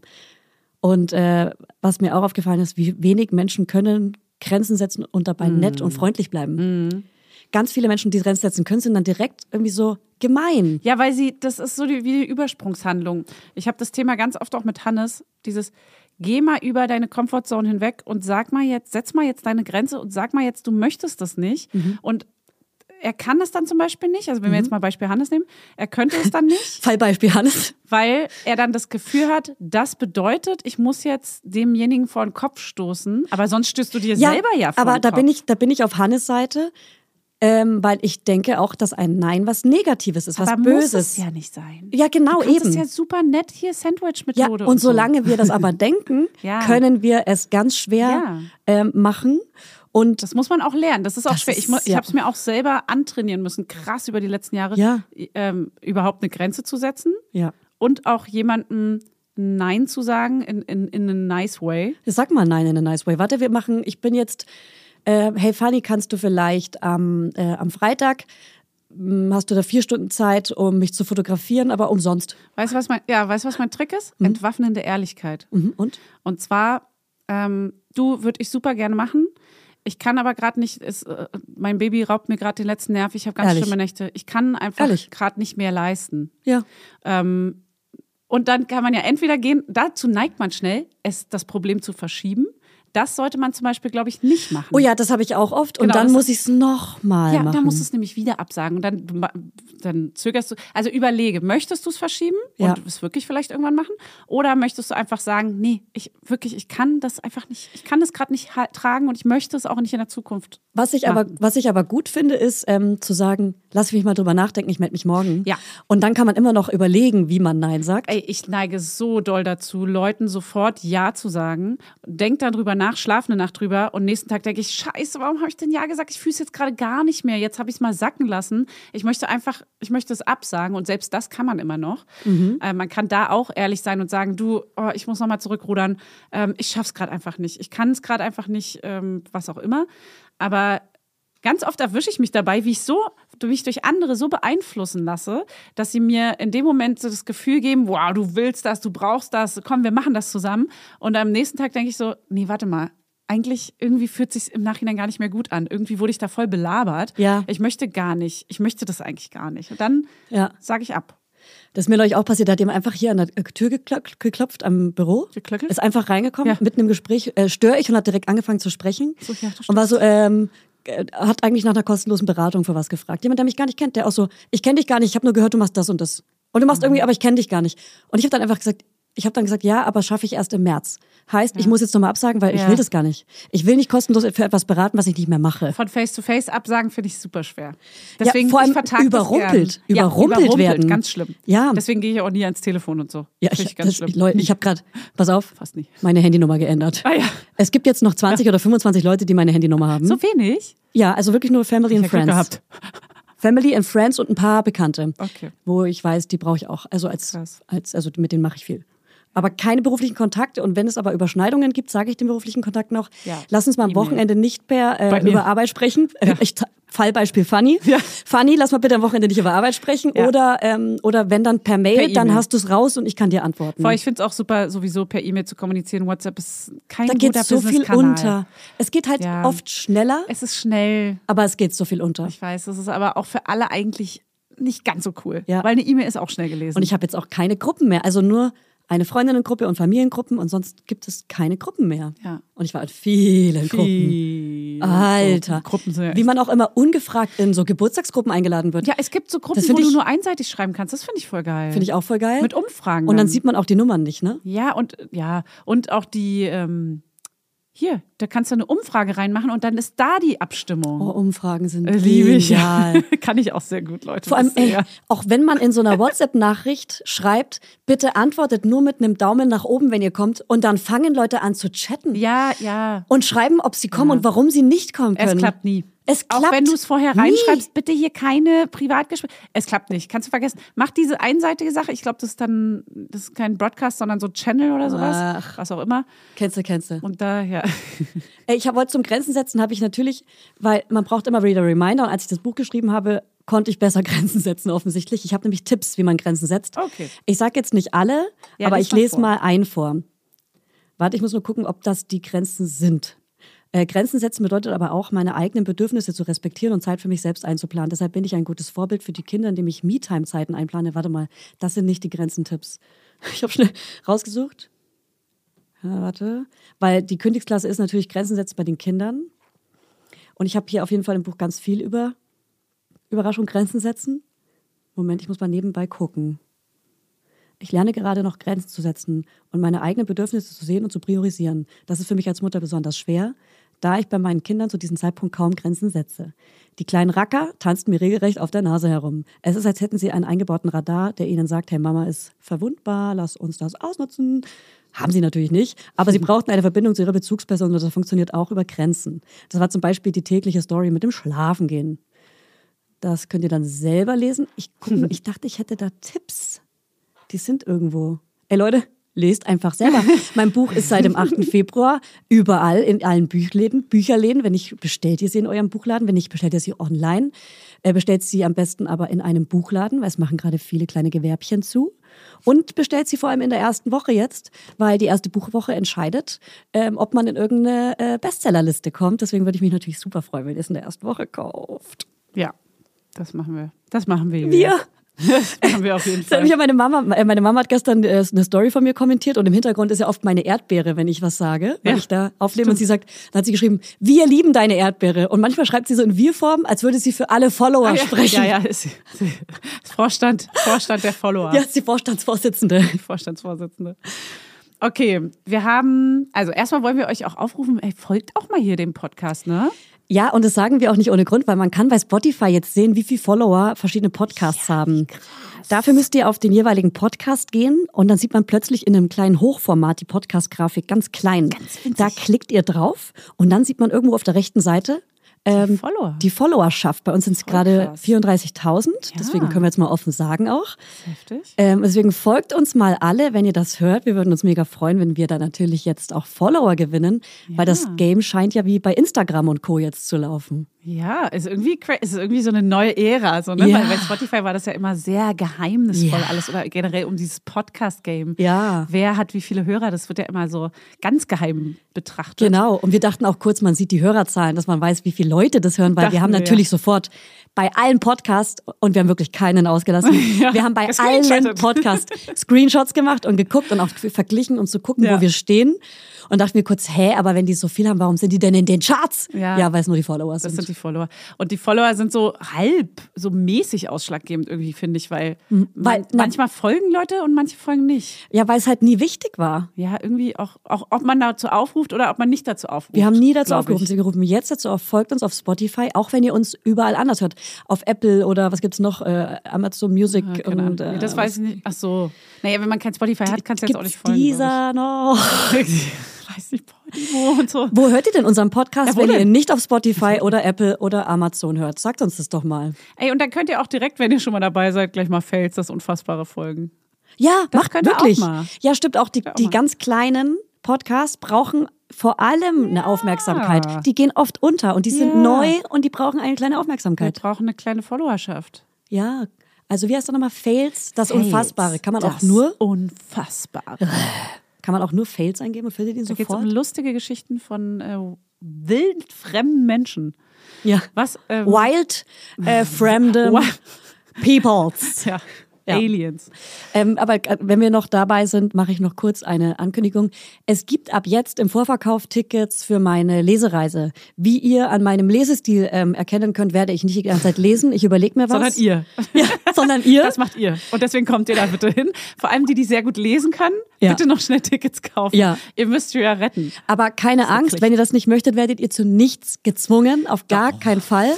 Speaker 3: Und äh, was mir auch aufgefallen ist, wie wenig Menschen können Grenzen setzen und dabei nett und freundlich bleiben. Ganz viele Menschen, die Grenzen setzen können, sind dann direkt irgendwie so gemein.
Speaker 2: Ja, weil sie, das ist so die, wie die Übersprungshandlung. Ich habe das Thema ganz oft auch mit Hannes, dieses geh mal über deine Comfortzone
Speaker 3: Mhm.
Speaker 2: hinweg und sag mal jetzt, setz mal jetzt deine Grenze und sag mal jetzt, du möchtest das nicht. Und er kann es dann zum Beispiel nicht, also wenn wir jetzt mal Beispiel Hannes nehmen, er könnte es dann nicht,
Speaker 3: Fallbeispiel,
Speaker 2: [laughs]
Speaker 3: Hannes.
Speaker 2: weil er dann das Gefühl hat, das bedeutet, ich muss jetzt demjenigen vor den Kopf stoßen, aber sonst stößt du dir selber ja vor
Speaker 3: aber
Speaker 2: den
Speaker 3: da
Speaker 2: Kopf.
Speaker 3: bin ich, da bin ich auf Hannes Seite, ähm, weil ich denke auch, dass ein Nein was Negatives ist, was
Speaker 2: aber
Speaker 3: Böses.
Speaker 2: muss es ja nicht sein.
Speaker 3: Ja, genau,
Speaker 2: du kannst
Speaker 3: eben.
Speaker 2: Es ja super nett hier
Speaker 3: Ja,
Speaker 2: Sandwich-Methode.
Speaker 3: und
Speaker 2: so.
Speaker 3: solange wir das
Speaker 2: [laughs]
Speaker 3: aber denken,
Speaker 2: Ja.
Speaker 3: können wir es ganz schwer
Speaker 2: Ja.
Speaker 3: ähm, machen. Und
Speaker 2: Das muss man auch lernen. Das ist auch
Speaker 3: Das
Speaker 2: schwer. Ich,
Speaker 3: ist-
Speaker 2: mu- ich
Speaker 3: ja.
Speaker 2: habe es mir auch selber antrainieren müssen, krass über die letzten Jahre,
Speaker 3: Ja.
Speaker 2: ähm, überhaupt eine Grenze zu setzen
Speaker 3: ja,
Speaker 2: und auch jemandem Nein zu sagen in, in, in a nice way.
Speaker 3: sag mal Nein in a nice way. Warte, wir machen, ich bin jetzt, äh, hey Fanny, kannst du vielleicht am, äh, am Freitag, m, hast du da vier Stunden Zeit, um mich zu fotografieren, aber umsonst.
Speaker 2: Weißt du, was mein, ja, weißt, du, was mein Trick
Speaker 3: Hm?
Speaker 2: ist? Entwaffnende Ehrlichkeit.
Speaker 3: Mhm. Und?
Speaker 2: Und zwar, ähm, du würde ich super gerne machen. Ich kann aber gerade nicht, es, äh, mein Baby raubt mir gerade den letzten Nerv. Ich habe ganz
Speaker 3: Ehrlich.
Speaker 2: schlimme Nächte. Ich kann einfach
Speaker 3: Ehrlich.
Speaker 2: gerade nicht mehr leisten.
Speaker 3: Ja.
Speaker 2: Ähm, und dann kann man ja entweder gehen, dazu neigt man schnell, es, das Problem zu verschieben. Das sollte man zum Beispiel, glaube ich, nicht machen.
Speaker 3: Oh ja, das habe ich auch oft. Und
Speaker 2: Genau,
Speaker 3: dann
Speaker 2: das-
Speaker 3: muss ich es nochmal
Speaker 2: Ja,
Speaker 3: machen.
Speaker 2: dann musst du es nämlich wieder absagen und dann, ma- dann zögerst du. Also überlege, möchtest du es verschieben
Speaker 3: Ja.
Speaker 2: und es wirklich vielleicht irgendwann machen? Oder möchtest du einfach sagen, nee, ich wirklich, ich kann das einfach nicht, ich kann das gerade nicht ha- tragen und ich möchte es auch nicht in der Zukunft.
Speaker 3: Was ich, aber, was ich aber gut finde, ist ähm, zu sagen, lass mich mal drüber nachdenken, ich melde mich morgen.
Speaker 2: Ja.
Speaker 3: Und dann kann man immer noch überlegen, wie man Nein sagt.
Speaker 2: Ey, ich neige so doll dazu, Leuten sofort Ja zu sagen. Denk dann drüber nach, schlaf eine Nacht drüber und nächsten Tag denke ich, scheiße, warum habe ich denn Ja gesagt? Ich fühle es jetzt gerade gar nicht mehr. Jetzt habe ich es mal sacken lassen. Ich möchte einfach, ich möchte es absagen und selbst das kann man immer noch. Äh, man kann da auch ehrlich sein und sagen, du, oh, ich muss nochmal zurückrudern. Ähm, ich schaff's gerade einfach nicht. Ich kann es gerade einfach nicht, ähm, was auch immer. Aber Ganz oft erwische ich mich dabei, wie ich so, wie ich durch andere so beeinflussen lasse, dass sie mir in dem Moment so das Gefühl geben, wow, du willst das, du brauchst das, komm, wir machen das zusammen. Und am nächsten Tag denke ich so, nee, warte mal, eigentlich irgendwie fühlt sich im Nachhinein gar nicht mehr gut an. Irgendwie wurde ich da voll belabert.
Speaker 3: Ja.
Speaker 2: Ich möchte gar nicht, ich möchte das eigentlich gar nicht. Und dann
Speaker 3: Ja.
Speaker 2: sage ich ab.
Speaker 3: Das ist mir neulich auch passiert, da hat jemand einfach hier an der äh, Tür geklö- geklopft am Büro.
Speaker 2: Geklöckelt?
Speaker 3: Ist einfach reingekommen,
Speaker 2: Ja.
Speaker 3: mitten im Gespräch, äh, störe ich und hat direkt angefangen zu sprechen.
Speaker 2: So, ja, das
Speaker 3: und war so, ähm, äh, hat eigentlich nach einer kostenlosen Beratung für was gefragt. Jemand, der mich gar nicht kennt, der auch so, ich kenne dich gar nicht, ich habe nur gehört, du machst das und das. Und du
Speaker 2: Mhm.
Speaker 3: machst irgendwie, aber ich kenne dich gar nicht. Und ich habe dann einfach gesagt, ich habe dann gesagt, ja, aber schaffe ich erst im März. Heißt, ich muss jetzt nochmal absagen, weil ich
Speaker 2: Ja.
Speaker 3: will das gar nicht. Ich will nicht kostenlos für etwas beraten, was ich nicht mehr mache.
Speaker 2: Von Face to Face absagen finde ich super schwer.
Speaker 3: Ja,
Speaker 2: Deswegen
Speaker 3: vor allem
Speaker 2: ich vertag das
Speaker 3: überrumpelt.
Speaker 2: gern.
Speaker 3: Überrumpelt werden.
Speaker 2: Ganz schlimm.
Speaker 3: Ja.
Speaker 2: Deswegen gehe ich auch nie ans Telefon und so.
Speaker 3: Ja,
Speaker 2: Finde
Speaker 3: ich,
Speaker 2: ganz
Speaker 3: das,
Speaker 2: schlimm.
Speaker 3: Leute, ich habe gerade, pass auf,
Speaker 2: Fast nie.
Speaker 3: meine Handynummer geändert.
Speaker 2: Ah ja.
Speaker 3: Es gibt jetzt noch 20 oder 25 Leute, die meine Handynummer haben.
Speaker 2: So wenig?
Speaker 3: Ja, also wirklich nur Family and
Speaker 2: Ja, Glück
Speaker 3: Friends.
Speaker 2: gehabt.
Speaker 3: Family and Friends und ein paar Bekannte,
Speaker 2: Okay.
Speaker 3: wo ich weiß, die brauche ich auch. Also als,
Speaker 2: Krass.
Speaker 3: als also mit denen mache ich viel. Aber keine beruflichen Kontakte und wenn es aber Überschneidungen gibt, sage ich den beruflichen Kontakten auch,
Speaker 2: Ja.
Speaker 3: lass uns mal am
Speaker 2: E-Mail.
Speaker 3: Wochenende nicht per
Speaker 2: Bei
Speaker 3: äh,
Speaker 2: mir.
Speaker 3: über Arbeit
Speaker 2: [laughs]
Speaker 3: sprechen. Äh, Ich, Fallbeispiel Fanny.
Speaker 2: Ja.
Speaker 3: Fanny, lass mal bitte am Wochenende nicht über Arbeit sprechen.
Speaker 2: Ja.
Speaker 3: Oder, ähm, oder wenn dann per Mail,
Speaker 2: Per
Speaker 3: dann
Speaker 2: E-Mail.
Speaker 3: hast du es raus und ich kann dir antworten.
Speaker 2: Vor, ich finde es auch super, sowieso per E-Mail zu kommunizieren. WhatsApp ist kein
Speaker 3: da geht
Speaker 2: guter
Speaker 3: so viel
Speaker 2: Businesskanal.
Speaker 3: unter. Es geht halt
Speaker 2: Ja.
Speaker 3: oft schneller,
Speaker 2: Es ist schnell,
Speaker 3: aber es geht so viel unter.
Speaker 2: ich weiß. Es ist aber auch für alle eigentlich nicht ganz so cool.
Speaker 3: Ja.
Speaker 2: Weil eine E-Mail ist auch schnell gelesen.
Speaker 3: Und ich habe jetzt auch keine Gruppen mehr. Also nur eine Freundinnengruppe und Familiengruppen und sonst gibt es keine Gruppen mehr.
Speaker 2: Ja.
Speaker 3: Und ich war in vielen Gruppen.
Speaker 2: Viel-
Speaker 3: Alter.
Speaker 2: Gruppen sind ja
Speaker 3: Wie man auch immer ungefragt in so Geburtstagsgruppen eingeladen wird.
Speaker 2: Ja, es gibt so Gruppen,
Speaker 3: Das
Speaker 2: wo
Speaker 3: find
Speaker 2: du
Speaker 3: ich-
Speaker 2: nur einseitig schreiben kannst. Das finde ich voll geil.
Speaker 3: Finde ich auch voll geil.
Speaker 2: Mit Umfragen.
Speaker 3: und dann sieht man auch die Nummern nicht, ne?
Speaker 2: Ja, und ja, und auch die, ähm, hier, da kannst du eine Umfrage reinmachen und dann ist da die Abstimmung.
Speaker 3: Oh, Umfragen sind
Speaker 2: Äh, Liebe ich.
Speaker 3: genial.
Speaker 2: [laughs] Kann ich auch sehr gut, Leute.
Speaker 3: Vor allem,
Speaker 2: Das ist
Speaker 3: ey,
Speaker 2: sehr-
Speaker 3: auch wenn man in so einer WhatsApp-Nachricht [laughs] schreibt, bitte antwortet nur mit einem Daumen nach oben, wenn ihr kommt. Und dann fangen Leute an zu chatten.
Speaker 2: Ja, ja.
Speaker 3: Und schreiben, ob sie kommen und warum sie nicht kommen können.
Speaker 2: Es klappt nie.
Speaker 3: Es
Speaker 2: Auch
Speaker 3: Ähm, klappt
Speaker 2: wenn du es vorher
Speaker 3: nie.
Speaker 2: reinschreibst, bitte hier keine Privatgespräche. Es klappt nicht. Kannst du vergessen. Mach diese einseitige Sache. Ich glaube, das ist dann, das ist kein Broadcast, sondern so Channel oder sowas.
Speaker 3: Ach.
Speaker 2: Was auch immer.
Speaker 3: Kennst du, kennst du.
Speaker 2: Und da, ja.
Speaker 3: Äh, Ich hab- wollte zum Grenzen setzen, habe ich natürlich, weil man braucht immer wieder Reminder. Und als ich das Buch geschrieben habe, konnte ich besser [laughs] Grenzen setzen, offensichtlich. Ich habe nämlich Tipps, wie man Grenzen setzt.
Speaker 2: Okay.
Speaker 3: Ich sage jetzt nicht alle,
Speaker 2: Ja,
Speaker 3: aber
Speaker 2: lies
Speaker 3: ich
Speaker 2: mal
Speaker 3: lese
Speaker 2: vor.
Speaker 3: mal einen vor. Warte, ich muss nur gucken, ob das die Grenzen sind. Äh, Grenzen setzen bedeutet aber auch, meine eigenen Bedürfnisse zu respektieren und Zeit für mich selbst einzuplanen. Deshalb bin ich ein gutes Vorbild für die Kinder, indem ich Me-Time-Zeiten einplane. Warte mal, das sind nicht die Grenzentipps. [laughs] Ich habe schnell rausgesucht. Ja, warte. Weil die Königsklasse ist natürlich Grenzen setzen bei den Kindern. Und ich habe hier auf jeden Fall im Buch ganz viel über Überraschung Grenzen setzen? Moment, ich muss mal nebenbei gucken. Ich lerne gerade noch Grenzen zu setzen und meine eigenen Bedürfnisse zu sehen und zu priorisieren. Das ist für mich als Mutter besonders schwer, da ich bei meinen Kindern zu diesem Zeitpunkt kaum Grenzen setze. Die kleinen Racker tanzen mir regelrecht auf der Nase herum. Es ist, als hätten sie einen eingebauten Radar, der ihnen sagt, hey, Mama ist verwundbar, lass uns das ausnutzen. Haben sie natürlich nicht, aber sie brauchten eine Verbindung zu ihrer Bezugsperson und das funktioniert auch über Grenzen. Das war zum Beispiel die tägliche Story mit dem Schlafengehen. Das könnt ihr dann selber lesen. Ich, guck, mal, ich dachte, ich hätte da Tipps. Die sind irgendwo. Ey Leute, lest einfach selber. mein Buch ist seit dem 8. Februar überall in allen Büchläden, Bücherläden. Wenn nicht, bestellt ihr sie in eurem Buchladen. Wenn nicht, bestellt ihr sie online. Äh, bestellt sie am besten aber in einem Buchladen, weil es machen gerade viele kleine Gewerbchen zu. Und bestellt sie vor allem in der ersten Woche jetzt, weil die erste Buchwoche entscheidet, ähm, ob man in irgendeine äh, Bestsellerliste kommt. Deswegen würde ich mich natürlich super freuen, wenn ihr es in der ersten Woche kauft.
Speaker 2: Ja, das machen wir. Das machen wir.
Speaker 3: Wir.
Speaker 2: Das machen wir
Speaker 3: [laughs]
Speaker 2: auf jeden
Speaker 3: Das hat mich
Speaker 2: Fall.
Speaker 3: ja meine Mama, äh, meine Mama hat gestern äh, eine Story von mir kommentiert und im Hintergrund ist ja oft meine Erdbeere, wenn ich was sage, wenn
Speaker 2: Ja,
Speaker 3: ich da aufnehme und sie sagt, dann hat sie geschrieben, wir lieben deine Erdbeere und manchmal schreibt sie so in Wir-Form, als würde sie für alle Follower sprechen.
Speaker 2: Ah, Ja, ja, ist, ist Vorstand, Vorstand der Follower.
Speaker 3: Ja, ist die Vorstandsvorsitzende.
Speaker 2: Vorstandsvorsitzende. Okay, wir haben, also erstmal wollen wir euch auch aufrufen, ey, folgt auch mal hier dem Podcast, ne?
Speaker 3: Ja, und das sagen wir auch nicht ohne Grund, weil man kann bei Spotify jetzt sehen, wie viele Follower verschiedene Podcasts haben. Dafür müsst ihr auf den jeweiligen Podcast gehen und dann sieht man plötzlich in einem kleinen Hochformat die Podcast-Grafik ganz klein. da klickt ihr drauf und dann sieht man irgendwo auf der rechten Seite ähm,
Speaker 2: Follower.
Speaker 3: die Followerschaft. Bei uns sind es gerade
Speaker 2: krass.
Speaker 3: 34.000, deswegen können wir jetzt mal offen sagen auch.
Speaker 2: Heftig.
Speaker 3: Ähm, deswegen folgt uns mal alle, wenn ihr das hört. Wir würden uns mega freuen, wenn wir da natürlich jetzt auch Follower gewinnen, weil das Game scheint ja wie bei Instagram und Co. jetzt zu laufen.
Speaker 2: Ja, ist irgendwie, cra- ist irgendwie so eine neue Ära. So, ne?
Speaker 3: Ja.
Speaker 2: Weil bei Spotify war das ja immer sehr geheimnisvoll
Speaker 3: Ja.
Speaker 2: alles oder generell um dieses Podcast-Game.
Speaker 3: Ja.
Speaker 2: Wer hat wie viele Hörer? Das wird ja immer so ganz geheim betrachtet.
Speaker 3: Genau, und wir dachten auch kurz, man sieht die Hörerzahlen, dass man weiß, wie viele Leute das hören, weil
Speaker 2: Dachten
Speaker 3: wir haben
Speaker 2: wir,
Speaker 3: natürlich
Speaker 2: ja.
Speaker 3: sofort bei allen Podcasts, und wir haben wirklich keinen ausgelassen,
Speaker 2: [laughs] Ja,
Speaker 3: wir haben bei allen
Speaker 2: gescreenshottet.
Speaker 3: Podcasts Screenshots gemacht und geguckt und auch verglichen, um zu gucken,
Speaker 2: Ja.
Speaker 3: wo wir stehen. Und dachten wir kurz, hä, aber wenn die so viel haben, warum sind die denn in den Charts?
Speaker 2: Ja.
Speaker 3: weil es nur die Follower
Speaker 2: Das
Speaker 3: sind.
Speaker 2: sind die Follower. Und die Follower sind so halb, so mäßig ausschlaggebend irgendwie, finde ich, weil,
Speaker 3: Mhm. weil-
Speaker 2: man, manchmal folgen Leute und manche folgen nicht.
Speaker 3: ja, weil es halt nie wichtig war.
Speaker 2: Ja, irgendwie auch, auch, ob man dazu aufruft oder ob man nicht dazu aufruft.
Speaker 3: Wir haben nie dazu
Speaker 2: glaub ich.
Speaker 3: aufgerufen. Sie rufen jetzt dazu auf, folgt uns auf Spotify, auch wenn ihr uns überall anders hört. Auf Apple oder was gibt's noch? Äh, Amazon Music
Speaker 2: Ja, Ah, keine Ahnung.
Speaker 3: und äh,
Speaker 2: Nee, das weiß ich nicht. Ach so. Naja, wenn man kein Spotify hat, kannst du jetzt auch
Speaker 3: gibt's
Speaker 2: nicht folgen.
Speaker 3: Dieser
Speaker 2: glaub
Speaker 3: noch. [laughs]
Speaker 2: [laughs] ich. weiß nicht, Podimo und so.
Speaker 3: Wo hört ihr denn unseren Podcast,
Speaker 2: Ja, wo
Speaker 3: wenn ihr
Speaker 2: denn?
Speaker 3: ihn nicht auf
Speaker 2: [laughs]
Speaker 3: Spotify oder Apple oder Amazon hört? Sagt uns das doch mal.
Speaker 2: Ey, und dann könnt ihr auch direkt, wenn ihr schon mal dabei seid, gleich mal Fails, das unfassbare Folgen.
Speaker 3: Ja,
Speaker 2: Das
Speaker 3: macht
Speaker 2: könnt ihr auch
Speaker 3: wirklich.
Speaker 2: mal.
Speaker 3: Ja, stimmt auch. Die,
Speaker 2: auch
Speaker 3: die
Speaker 2: mal.
Speaker 3: ganz kleinen Podcasts brauchen vor allem eine Aufmerksamkeit. Die gehen oft unter und die sind
Speaker 2: Ja.
Speaker 3: neu und die brauchen eine kleine
Speaker 2: Wir
Speaker 3: Aufmerksamkeit.
Speaker 2: brauchen eine kleine Followerschaft.
Speaker 3: Ja. Also wie heißt das nochmal? Fails, das
Speaker 2: Fails, [laughs]
Speaker 3: Unfassbare. Kann man auch
Speaker 2: das
Speaker 3: nur, [laughs]
Speaker 2: Unfassbare.
Speaker 3: kann man auch nur Fails eingeben und findet ihn
Speaker 2: Da geht es um
Speaker 3: sofort?
Speaker 2: lustige Geschichten von äh, wild fremden Menschen.
Speaker 3: Ja.
Speaker 2: Was? Ähm,
Speaker 3: Wild, äh, fremde
Speaker 2: Wild-
Speaker 3: Peoples.
Speaker 2: Ja.
Speaker 3: Ja.
Speaker 2: Aliens.
Speaker 3: Ähm, aber äh, wenn wir noch dabei sind, mache ich noch kurz eine Ankündigung. Es gibt ab jetzt im Vorverkauf Tickets für meine Lesereise. Wie ihr an meinem Lesestil ähm, erkennen könnt, werde ich nicht die ganze Zeit lesen. Ich überlege mir was.
Speaker 2: Sondern ihr.
Speaker 3: Ja, sondern ihr.
Speaker 2: [laughs] Das macht ihr. Und deswegen kommt ihr da bitte hin. Vor allem die, die sehr gut lesen kann,
Speaker 3: Ja.
Speaker 2: bitte noch schnell Tickets kaufen.
Speaker 3: Ja.
Speaker 2: Ihr müsst Julia retten.
Speaker 3: aber keine Angst,
Speaker 2: Pflicht.
Speaker 3: wenn ihr das nicht möchtet, werdet ihr zu nichts gezwungen. Auf gar keinen Fall.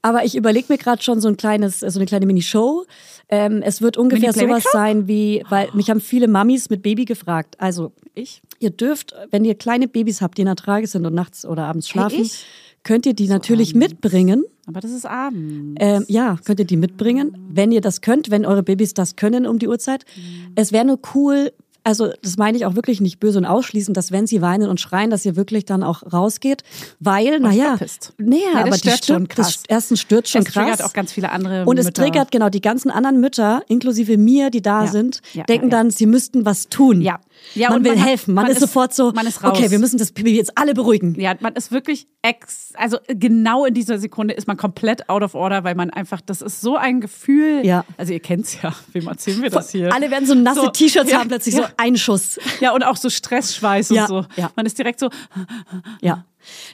Speaker 3: Aber ich überlege mir gerade schon so ein kleines, äh, so eine kleine Minishow. Ähm, es wird ungefähr
Speaker 2: Mini-Playback
Speaker 3: sowas sein wie, weil mich haben viele Mamis mit Baby gefragt. Also
Speaker 2: Ich?
Speaker 3: Ihr dürft, wenn ihr kleine Babys habt, die in der Trage sind und nachts oder abends schlafen,
Speaker 2: ich?
Speaker 3: könnt ihr die natürlich mitbringen.
Speaker 2: Aber das ist Abend.
Speaker 3: Ähm, ja, könnt ihr die mitbringen, wenn ihr das könnt, wenn eure Babys das können um die Uhrzeit.
Speaker 2: Mhm.
Speaker 3: Es wäre nur cool, also das meine ich auch wirklich nicht böse und ausschließend, dass wenn sie weinen und schreien, dass ihr wirklich dann auch rausgeht, weil, naja,
Speaker 2: verpisst.
Speaker 3: naja,
Speaker 2: Ja, das
Speaker 3: aber die
Speaker 2: stört schon
Speaker 3: stört- das
Speaker 2: krass.
Speaker 3: erstens stört schon
Speaker 2: Es
Speaker 3: krass.
Speaker 2: triggert auch ganz viele andere
Speaker 3: Und es
Speaker 2: Mütter.
Speaker 3: triggert genau die ganzen anderen Mütter, inklusive mir, die da
Speaker 2: Ja.
Speaker 3: sind,
Speaker 2: Ja,
Speaker 3: denken
Speaker 2: ja, ja.
Speaker 3: dann, sie müssten was tun.
Speaker 2: Ja. Ja,
Speaker 3: man
Speaker 2: und
Speaker 3: will
Speaker 2: man hat-
Speaker 3: helfen. Man,
Speaker 2: man
Speaker 3: ist,
Speaker 2: ist-
Speaker 3: sofort so,
Speaker 2: man ist raus.
Speaker 3: okay, wir müssen das Baby jetzt alle beruhigen.
Speaker 2: Ja, man ist wirklich ex, also genau in dieser Sekunde ist man komplett out of order, weil man einfach, das ist so ein Gefühl.
Speaker 3: Ja.
Speaker 2: Also ihr kennt's ja, wem erzählen wir das hier?
Speaker 3: Alle werden so nasse
Speaker 2: So,
Speaker 3: T-Shirts
Speaker 2: ja,
Speaker 3: haben, plötzlich
Speaker 2: ja.
Speaker 3: so ein Schuss.
Speaker 2: Ja, und auch so Stressschweiß
Speaker 3: Ja,
Speaker 2: und so.
Speaker 3: ja.
Speaker 2: Man ist direkt so,
Speaker 3: Ja.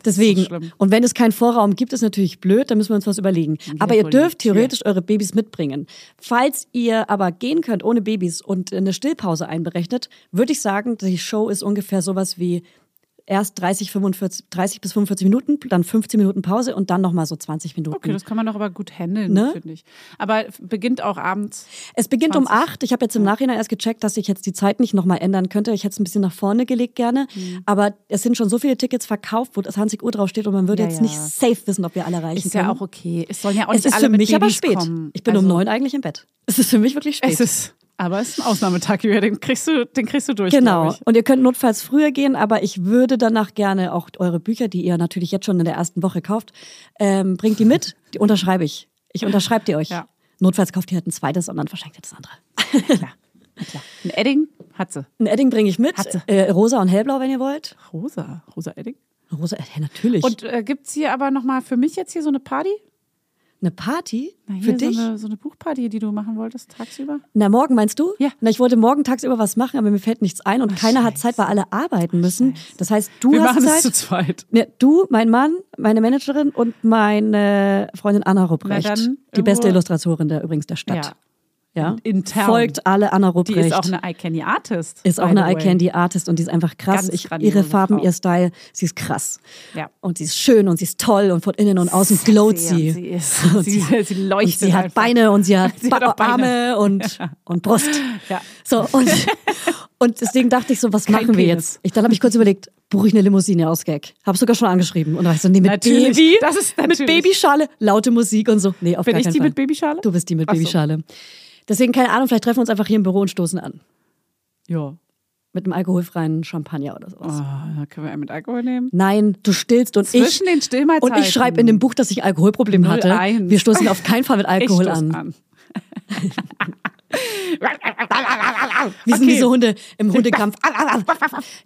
Speaker 3: Deswegen,
Speaker 2: schlimm.
Speaker 3: und wenn es keinen Vorraum gibt, ist natürlich blöd, da müssen wir uns was überlegen. aber ihr
Speaker 2: holen die
Speaker 3: dürft
Speaker 2: Tür.
Speaker 3: theoretisch eure Babys mitbringen. Falls ihr aber gehen könnt ohne Babys und eine Stillpause einberechnet, würde ich sagen, die Show ist ungefähr sowas wie erst 30, 45, 30 bis 45 Minuten, dann 15 Minuten Pause und dann nochmal so 20 Minuten.
Speaker 2: Okay, das kann man doch aber gut handeln,
Speaker 3: Ne?
Speaker 2: finde ich. Aber beginnt auch abends.
Speaker 3: Es beginnt um
Speaker 2: 20.
Speaker 3: 8. Ich habe jetzt im Nachhinein erst gecheckt, dass ich jetzt die Zeit nicht nochmal ändern könnte. Ich hätte es ein bisschen nach vorne gelegt gerne.
Speaker 2: Mhm.
Speaker 3: Aber es sind schon so viele Tickets verkauft, wo das 20 Uhr draufsteht und man würde
Speaker 2: Ja,
Speaker 3: jetzt
Speaker 2: ja.
Speaker 3: nicht safe wissen, ob wir alle erreichen
Speaker 2: Ist
Speaker 3: können.
Speaker 2: ja auch okay. Es sollen ja auch
Speaker 3: es
Speaker 2: nicht
Speaker 3: ist
Speaker 2: alle
Speaker 3: für
Speaker 2: mit
Speaker 3: mich
Speaker 2: Babys
Speaker 3: aber spät.
Speaker 2: kommen.
Speaker 3: Ich bin um
Speaker 2: Also,
Speaker 3: neun eigentlich im Bett. Es ist für mich wirklich spät.
Speaker 2: [laughs] Es ist, aber es ist ein Ausnahmetag, Julia. Den kriegst du, den kriegst du durch. glaub
Speaker 3: Genau.
Speaker 2: Ich.
Speaker 3: Und ihr könnt notfalls früher gehen, aber ich würde danach gerne auch eure Bücher, die ihr natürlich jetzt schon in der ersten Woche kauft, ähm, bringt die mit. Die unterschreibe ich. Ich unterschreibe die euch.
Speaker 2: Ja.
Speaker 3: Notfalls kauft ihr halt ein zweites und dann verschenkt ihr das andere.
Speaker 2: Ein Edding hat sie.
Speaker 3: Ein Edding bringe ich mit.
Speaker 2: Hat sie.
Speaker 3: Äh, rosa und hellblau, wenn ihr wollt.
Speaker 2: Rosa. Rosa Edding.
Speaker 3: Rosa, äh, natürlich.
Speaker 2: Und äh, gibt es hier aber nochmal für mich jetzt hier so eine Party?
Speaker 3: eine Party?
Speaker 2: Na, hier
Speaker 3: Für
Speaker 2: so
Speaker 3: dich?
Speaker 2: Eine, so eine Buchparty, die du machen wolltest tagsüber?
Speaker 3: Na, morgen meinst du?
Speaker 2: Ja.
Speaker 3: Na, ich wollte morgen tagsüber was machen, aber mir fällt nichts ein und keiner hat Zeit, weil alle arbeiten müssen. Das heißt, du
Speaker 2: Wir
Speaker 3: hast
Speaker 2: machen es
Speaker 3: Zeit.
Speaker 2: zu zweit.
Speaker 3: Ne, du, mein Mann, meine Managerin und meine Freundin Anna Rupprecht.
Speaker 2: Na dann,
Speaker 3: die beste
Speaker 2: irgendwo-
Speaker 3: Illustratorin der übrigens der Stadt. Ja.
Speaker 2: intern.
Speaker 3: Folgt alle Anna
Speaker 2: Die
Speaker 3: Rupprecht.
Speaker 2: ist auch eine Eye Candy Artist.
Speaker 3: Ist auch
Speaker 2: by the
Speaker 3: eine Eye
Speaker 2: way.
Speaker 3: Candy Artist und die ist einfach krass.
Speaker 2: Ganz
Speaker 3: Ich, ihre
Speaker 2: grandiose
Speaker 3: Farben,
Speaker 2: Frau.
Speaker 3: ihr Style, sie ist krass.
Speaker 2: Ja.
Speaker 3: Und sie ist schön und sie ist toll und von innen und außen glowt sie.
Speaker 2: Sexy und sie ist-
Speaker 3: [laughs] Und
Speaker 2: [laughs] sie-
Speaker 3: hat-
Speaker 2: sie leuchtet
Speaker 3: Und sie hat
Speaker 2: einfach.
Speaker 3: Beine und sie hat,
Speaker 2: [laughs] Sie
Speaker 3: ba
Speaker 2: hat auch Beine.
Speaker 3: Arme und,
Speaker 2: [laughs]
Speaker 3: und Brust.
Speaker 2: Ja.
Speaker 3: So,
Speaker 2: [laughs]
Speaker 3: und, und deswegen dachte ich so, was machen wir
Speaker 2: Penis.
Speaker 3: jetzt? Ich, dann habe ich kurz überlegt, buche ich eine Limousine aus Gag? Habe sogar schon angeschrieben. Und da war ich so, nee, mit
Speaker 2: Natürlich,
Speaker 3: Baby,
Speaker 2: das ist
Speaker 3: mit
Speaker 2: natürlich.
Speaker 3: Babyschale, laute Musik und so. Nee, auf
Speaker 2: Bin
Speaker 3: gar
Speaker 2: ich
Speaker 3: keinen
Speaker 2: die
Speaker 3: Fall.
Speaker 2: mit Babyschale?
Speaker 3: Du bist die mit
Speaker 2: Ach so.
Speaker 3: Babyschale. Deswegen, keine Ahnung, vielleicht treffen wir uns einfach hier im Büro und stoßen an.
Speaker 2: Ja.
Speaker 3: Mit einem alkoholfreien Champagner oder sowas.
Speaker 2: Ah, können wir einen mit Alkohol nehmen?
Speaker 3: Nein, du stillst und
Speaker 2: Zwischen
Speaker 3: ich.
Speaker 2: den Stillmahlzeiten.
Speaker 3: und ich schreibe in dem Buch, dass ich Alkoholproblem hatte.
Speaker 2: 01.
Speaker 3: Wir stoßen auf keinen Fall mit Alkohol
Speaker 2: [laughs] ich stoß
Speaker 3: an.
Speaker 2: an.
Speaker 3: Wir sind
Speaker 2: Okay.
Speaker 3: diese Hunde
Speaker 2: [laughs]
Speaker 3: im Hundekampf.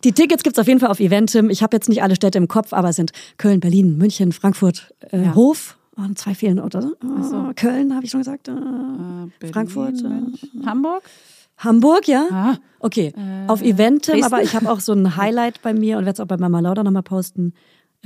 Speaker 3: Die Tickets gibt's auf jeden Fall auf Eventim. Ich habe jetzt nicht alle Städte im Kopf, aber es sind Köln, Berlin, München, Frankfurt, äh, Hof. Und zwei fehlen, oder? Äh, Köln, habe ich schon gesagt. Äh,
Speaker 2: Ah, Berlin,
Speaker 3: Frankfurt. Äh,
Speaker 2: München, Hamburg?
Speaker 3: Hamburg, ja?
Speaker 2: Ah.
Speaker 3: Okay. auf Eventim, aber ich habe auch so ein Highlight bei mir und werde es auch bei Mama Lauda nochmal posten.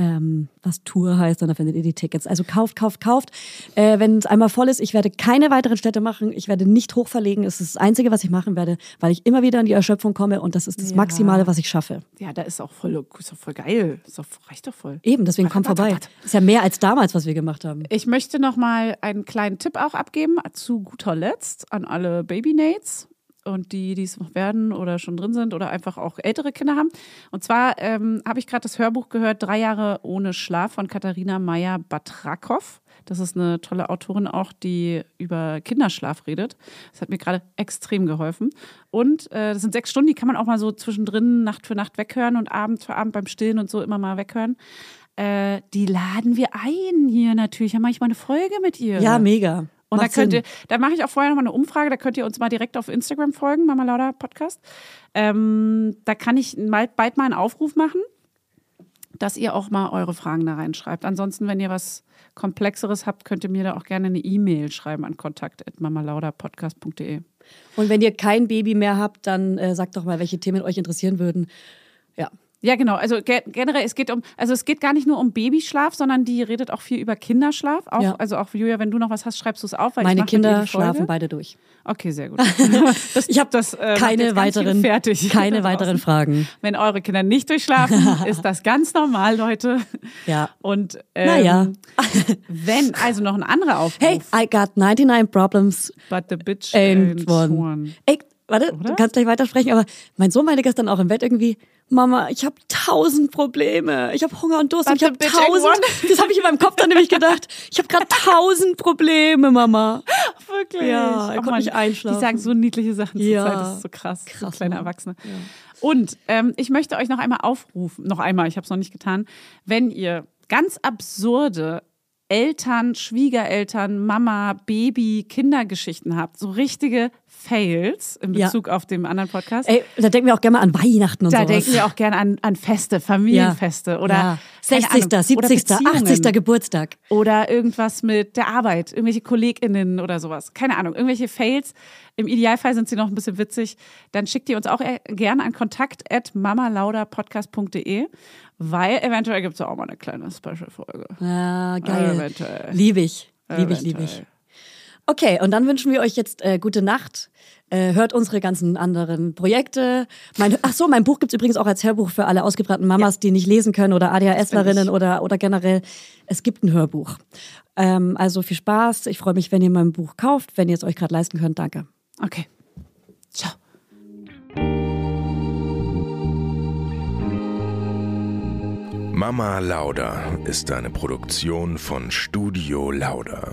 Speaker 3: Ähm, was Tour heißt, und da findet ihr die Tickets. Also kauft, kauft, kauft. Äh, Wenn es einmal voll ist, ich werde keine weiteren Städte machen. Ich werde nicht hochverlegen. Es ist das Einzige, was ich machen werde, weil ich immer wieder in die Erschöpfung komme und das ist das Maximale, was ich schaffe.
Speaker 2: Ja, da ist auch voll, ist doch voll geil. Ist doch, reicht doch voll.
Speaker 3: Eben, deswegen kommt vorbei. Ist ja mehr als damals, was wir gemacht haben.
Speaker 2: Ich möchte noch mal einen kleinen Tipp auch abgeben, zu guter Letzt an alle Babynates und die, die es noch werden oder schon drin sind oder einfach auch ältere Kinder haben. Und zwar ähm, habe ich gerade das Hörbuch gehört, Drei Jahre ohne Schlaf von Katharina Meyer-Batrakow. Das ist eine tolle Autorin auch, die über Kinderschlaf redet. Das hat mir gerade extrem geholfen. Und äh, das sind sechs Stunden, die kann man auch mal so zwischendrin Nacht für Nacht weghören und Abend für Abend beim Stillen und so immer mal weghören. Äh, die laden wir ein hier natürlich. Da mache ich mal eine Folge mit ihr.
Speaker 3: Ja, mega.
Speaker 2: Und da
Speaker 3: Macht
Speaker 2: könnt
Speaker 3: Sinn.
Speaker 2: ihr, da mache ich auch vorher nochmal eine Umfrage, da könnt ihr uns mal direkt auf Instagram folgen, Mama Lauda Podcast. Ähm, da kann ich mal, bald mal einen Aufruf machen, dass ihr auch mal eure Fragen da reinschreibt. Ansonsten, wenn ihr was Komplexeres habt, könnt ihr mir da auch gerne eine E-Mail schreiben an kontakt.mamalauderpodcast.de.
Speaker 3: Und wenn ihr kein Baby mehr habt, dann äh, sagt doch mal, welche Themen euch interessieren würden. Ja.
Speaker 2: Ja, genau. Also ge generell, es geht um, also es geht gar nicht nur um Babyschlaf, sondern die redet auch viel über Kinderschlaf. Auch,
Speaker 3: Ja.
Speaker 2: Also auch Julia, wenn du noch was hast, schreibst du es auf, weil ich
Speaker 3: Meine
Speaker 2: mach mit dir
Speaker 3: Kinder
Speaker 2: die Folge.
Speaker 3: schlafen beide durch.
Speaker 2: Okay, sehr gut. [laughs]
Speaker 3: [laughs]
Speaker 2: Das,
Speaker 3: Ich habe
Speaker 2: das, äh, macht
Speaker 3: keine
Speaker 2: jetzt ganz viele
Speaker 3: weiteren, [laughs]
Speaker 2: fertig Genau.
Speaker 3: keine
Speaker 2: da
Speaker 3: weiteren
Speaker 2: draußen.
Speaker 3: Fragen.
Speaker 2: Wenn eure Kinder nicht
Speaker 3: [laughs]
Speaker 2: durchschlafen, ist das ganz normal, Leute.
Speaker 3: Ja.
Speaker 2: Und ähm,
Speaker 3: Naja.
Speaker 2: wenn, also noch ein anderer Aufruf.
Speaker 3: [laughs] Hey, I got 99 problems
Speaker 2: But the bitch
Speaker 3: and
Speaker 2: ain't
Speaker 3: one.
Speaker 2: one.
Speaker 3: Ey, warte,
Speaker 2: Oder?
Speaker 3: du kannst gleich weitersprechen, aber mein Sohn meinte gestern auch im Bett irgendwie, Mama, ich habe tausend Probleme. Ich habe Hunger und Durst und
Speaker 2: But
Speaker 3: ich habe
Speaker 2: the bitch ain't
Speaker 3: tausend.
Speaker 2: one.
Speaker 3: [laughs] Das habe ich in meinem Kopf dann nämlich gedacht. Ich habe gerade tausend Probleme, Mama.
Speaker 2: Wirklich.
Speaker 3: Ja, er
Speaker 2: Oh
Speaker 3: konnte
Speaker 2: Mann,
Speaker 3: nicht einschlafen.
Speaker 2: Die sagen so niedliche Sachen zur
Speaker 3: Ja.
Speaker 2: Zeit. Das ist so krass. so
Speaker 3: Krass, ne?
Speaker 2: kleine
Speaker 3: Mann.
Speaker 2: Erwachsene. Und ähm, ich möchte euch noch einmal aufrufen, noch einmal, ich habe es noch nicht getan, wenn ihr ganz absurde Eltern, Schwiegereltern, Mama, Baby, Kindergeschichten habt, so richtige Fails in
Speaker 3: Ja.
Speaker 2: Bezug auf den anderen Podcast.
Speaker 3: Ey, da denken wir auch gerne mal an Weihnachten und
Speaker 2: Da
Speaker 3: sowas.
Speaker 2: denken wir auch gern an, an Feste, Familienfeste
Speaker 3: Ja.
Speaker 2: oder
Speaker 3: Ja.
Speaker 2: keine
Speaker 3: 60.,
Speaker 2: Ahnung, oder
Speaker 3: 70.,
Speaker 2: Beziehungen.
Speaker 3: 80. Geburtstag.
Speaker 2: Oder irgendwas mit der Arbeit, irgendwelche KollegInnen oder sowas. Keine Ahnung, irgendwelche Fails. Im Idealfall sind sie noch ein bisschen witzig. Dann schickt ihr uns auch äh, gerne an kontakt.mamalauderpodcast.de, weil eventuell gibt es auch mal eine kleine Special-Folge.
Speaker 3: Ah, geil.
Speaker 2: Eventuell.
Speaker 3: Liebe ich. Liebe ich, liebe ich.
Speaker 2: Eventuell.
Speaker 3: Okay, und dann wünschen wir euch jetzt äh, gute Nacht. Äh, hört unsere ganzen anderen Projekte. Mein, ach so, mein Buch gibt's übrigens auch als Hörbuch für alle ausgebrannten Mamas, die nicht lesen können oder ADHSlerinnen oder, oder generell. Es gibt ein Hörbuch. Ähm, also viel Spaß. Ich freue mich, wenn ihr mein Buch kauft, wenn ihr es euch gerade leisten könnt. Danke.
Speaker 2: Okay. Ciao.
Speaker 5: Mama Lauda ist eine Produktion von Studio Lauda.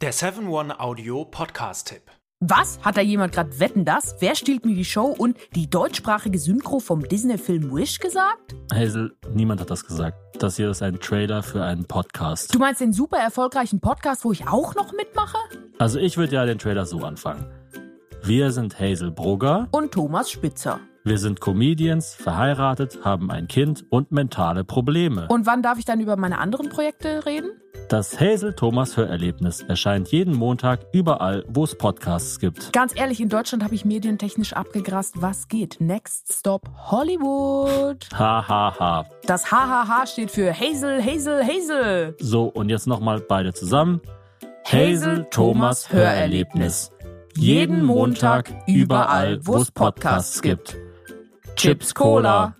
Speaker 7: Der 7-One-Audio-Podcast-Tipp.
Speaker 8: Was? Hat da jemand gerade Wetten das? Wer stiehlt mir die Show und die deutschsprachige Synchro vom Disney-Film Wish gesagt?
Speaker 9: Hazel, niemand hat das gesagt. Das hier ist ein Trailer für einen Podcast.
Speaker 8: Du meinst den super erfolgreichen Podcast, wo ich auch noch mitmache?
Speaker 9: Also ich würde ja den Trailer so anfangen. Wir sind Hazel Brugger,
Speaker 8: Und Thomas Spitzer.
Speaker 9: wir sind Comedians, verheiratet, haben ein Kind und mentale Probleme.
Speaker 8: Und wann darf ich dann über meine anderen Projekte reden?
Speaker 9: Das Hazel Thomas Hörerlebnis erscheint jeden Montag überall, wo es Podcasts gibt.
Speaker 8: Ganz ehrlich, in Deutschland habe ich medientechnisch abgegrast, was geht. Next Stop Hollywood.
Speaker 9: Ha ha ha.
Speaker 8: Das HHH steht für Hazel, Hazel, Hazel.
Speaker 9: So, und jetzt nochmal beide zusammen.
Speaker 8: Hazel Thomas Hörerlebnis. Jeden Montag überall, wo es Podcasts gibt. Chips Cola.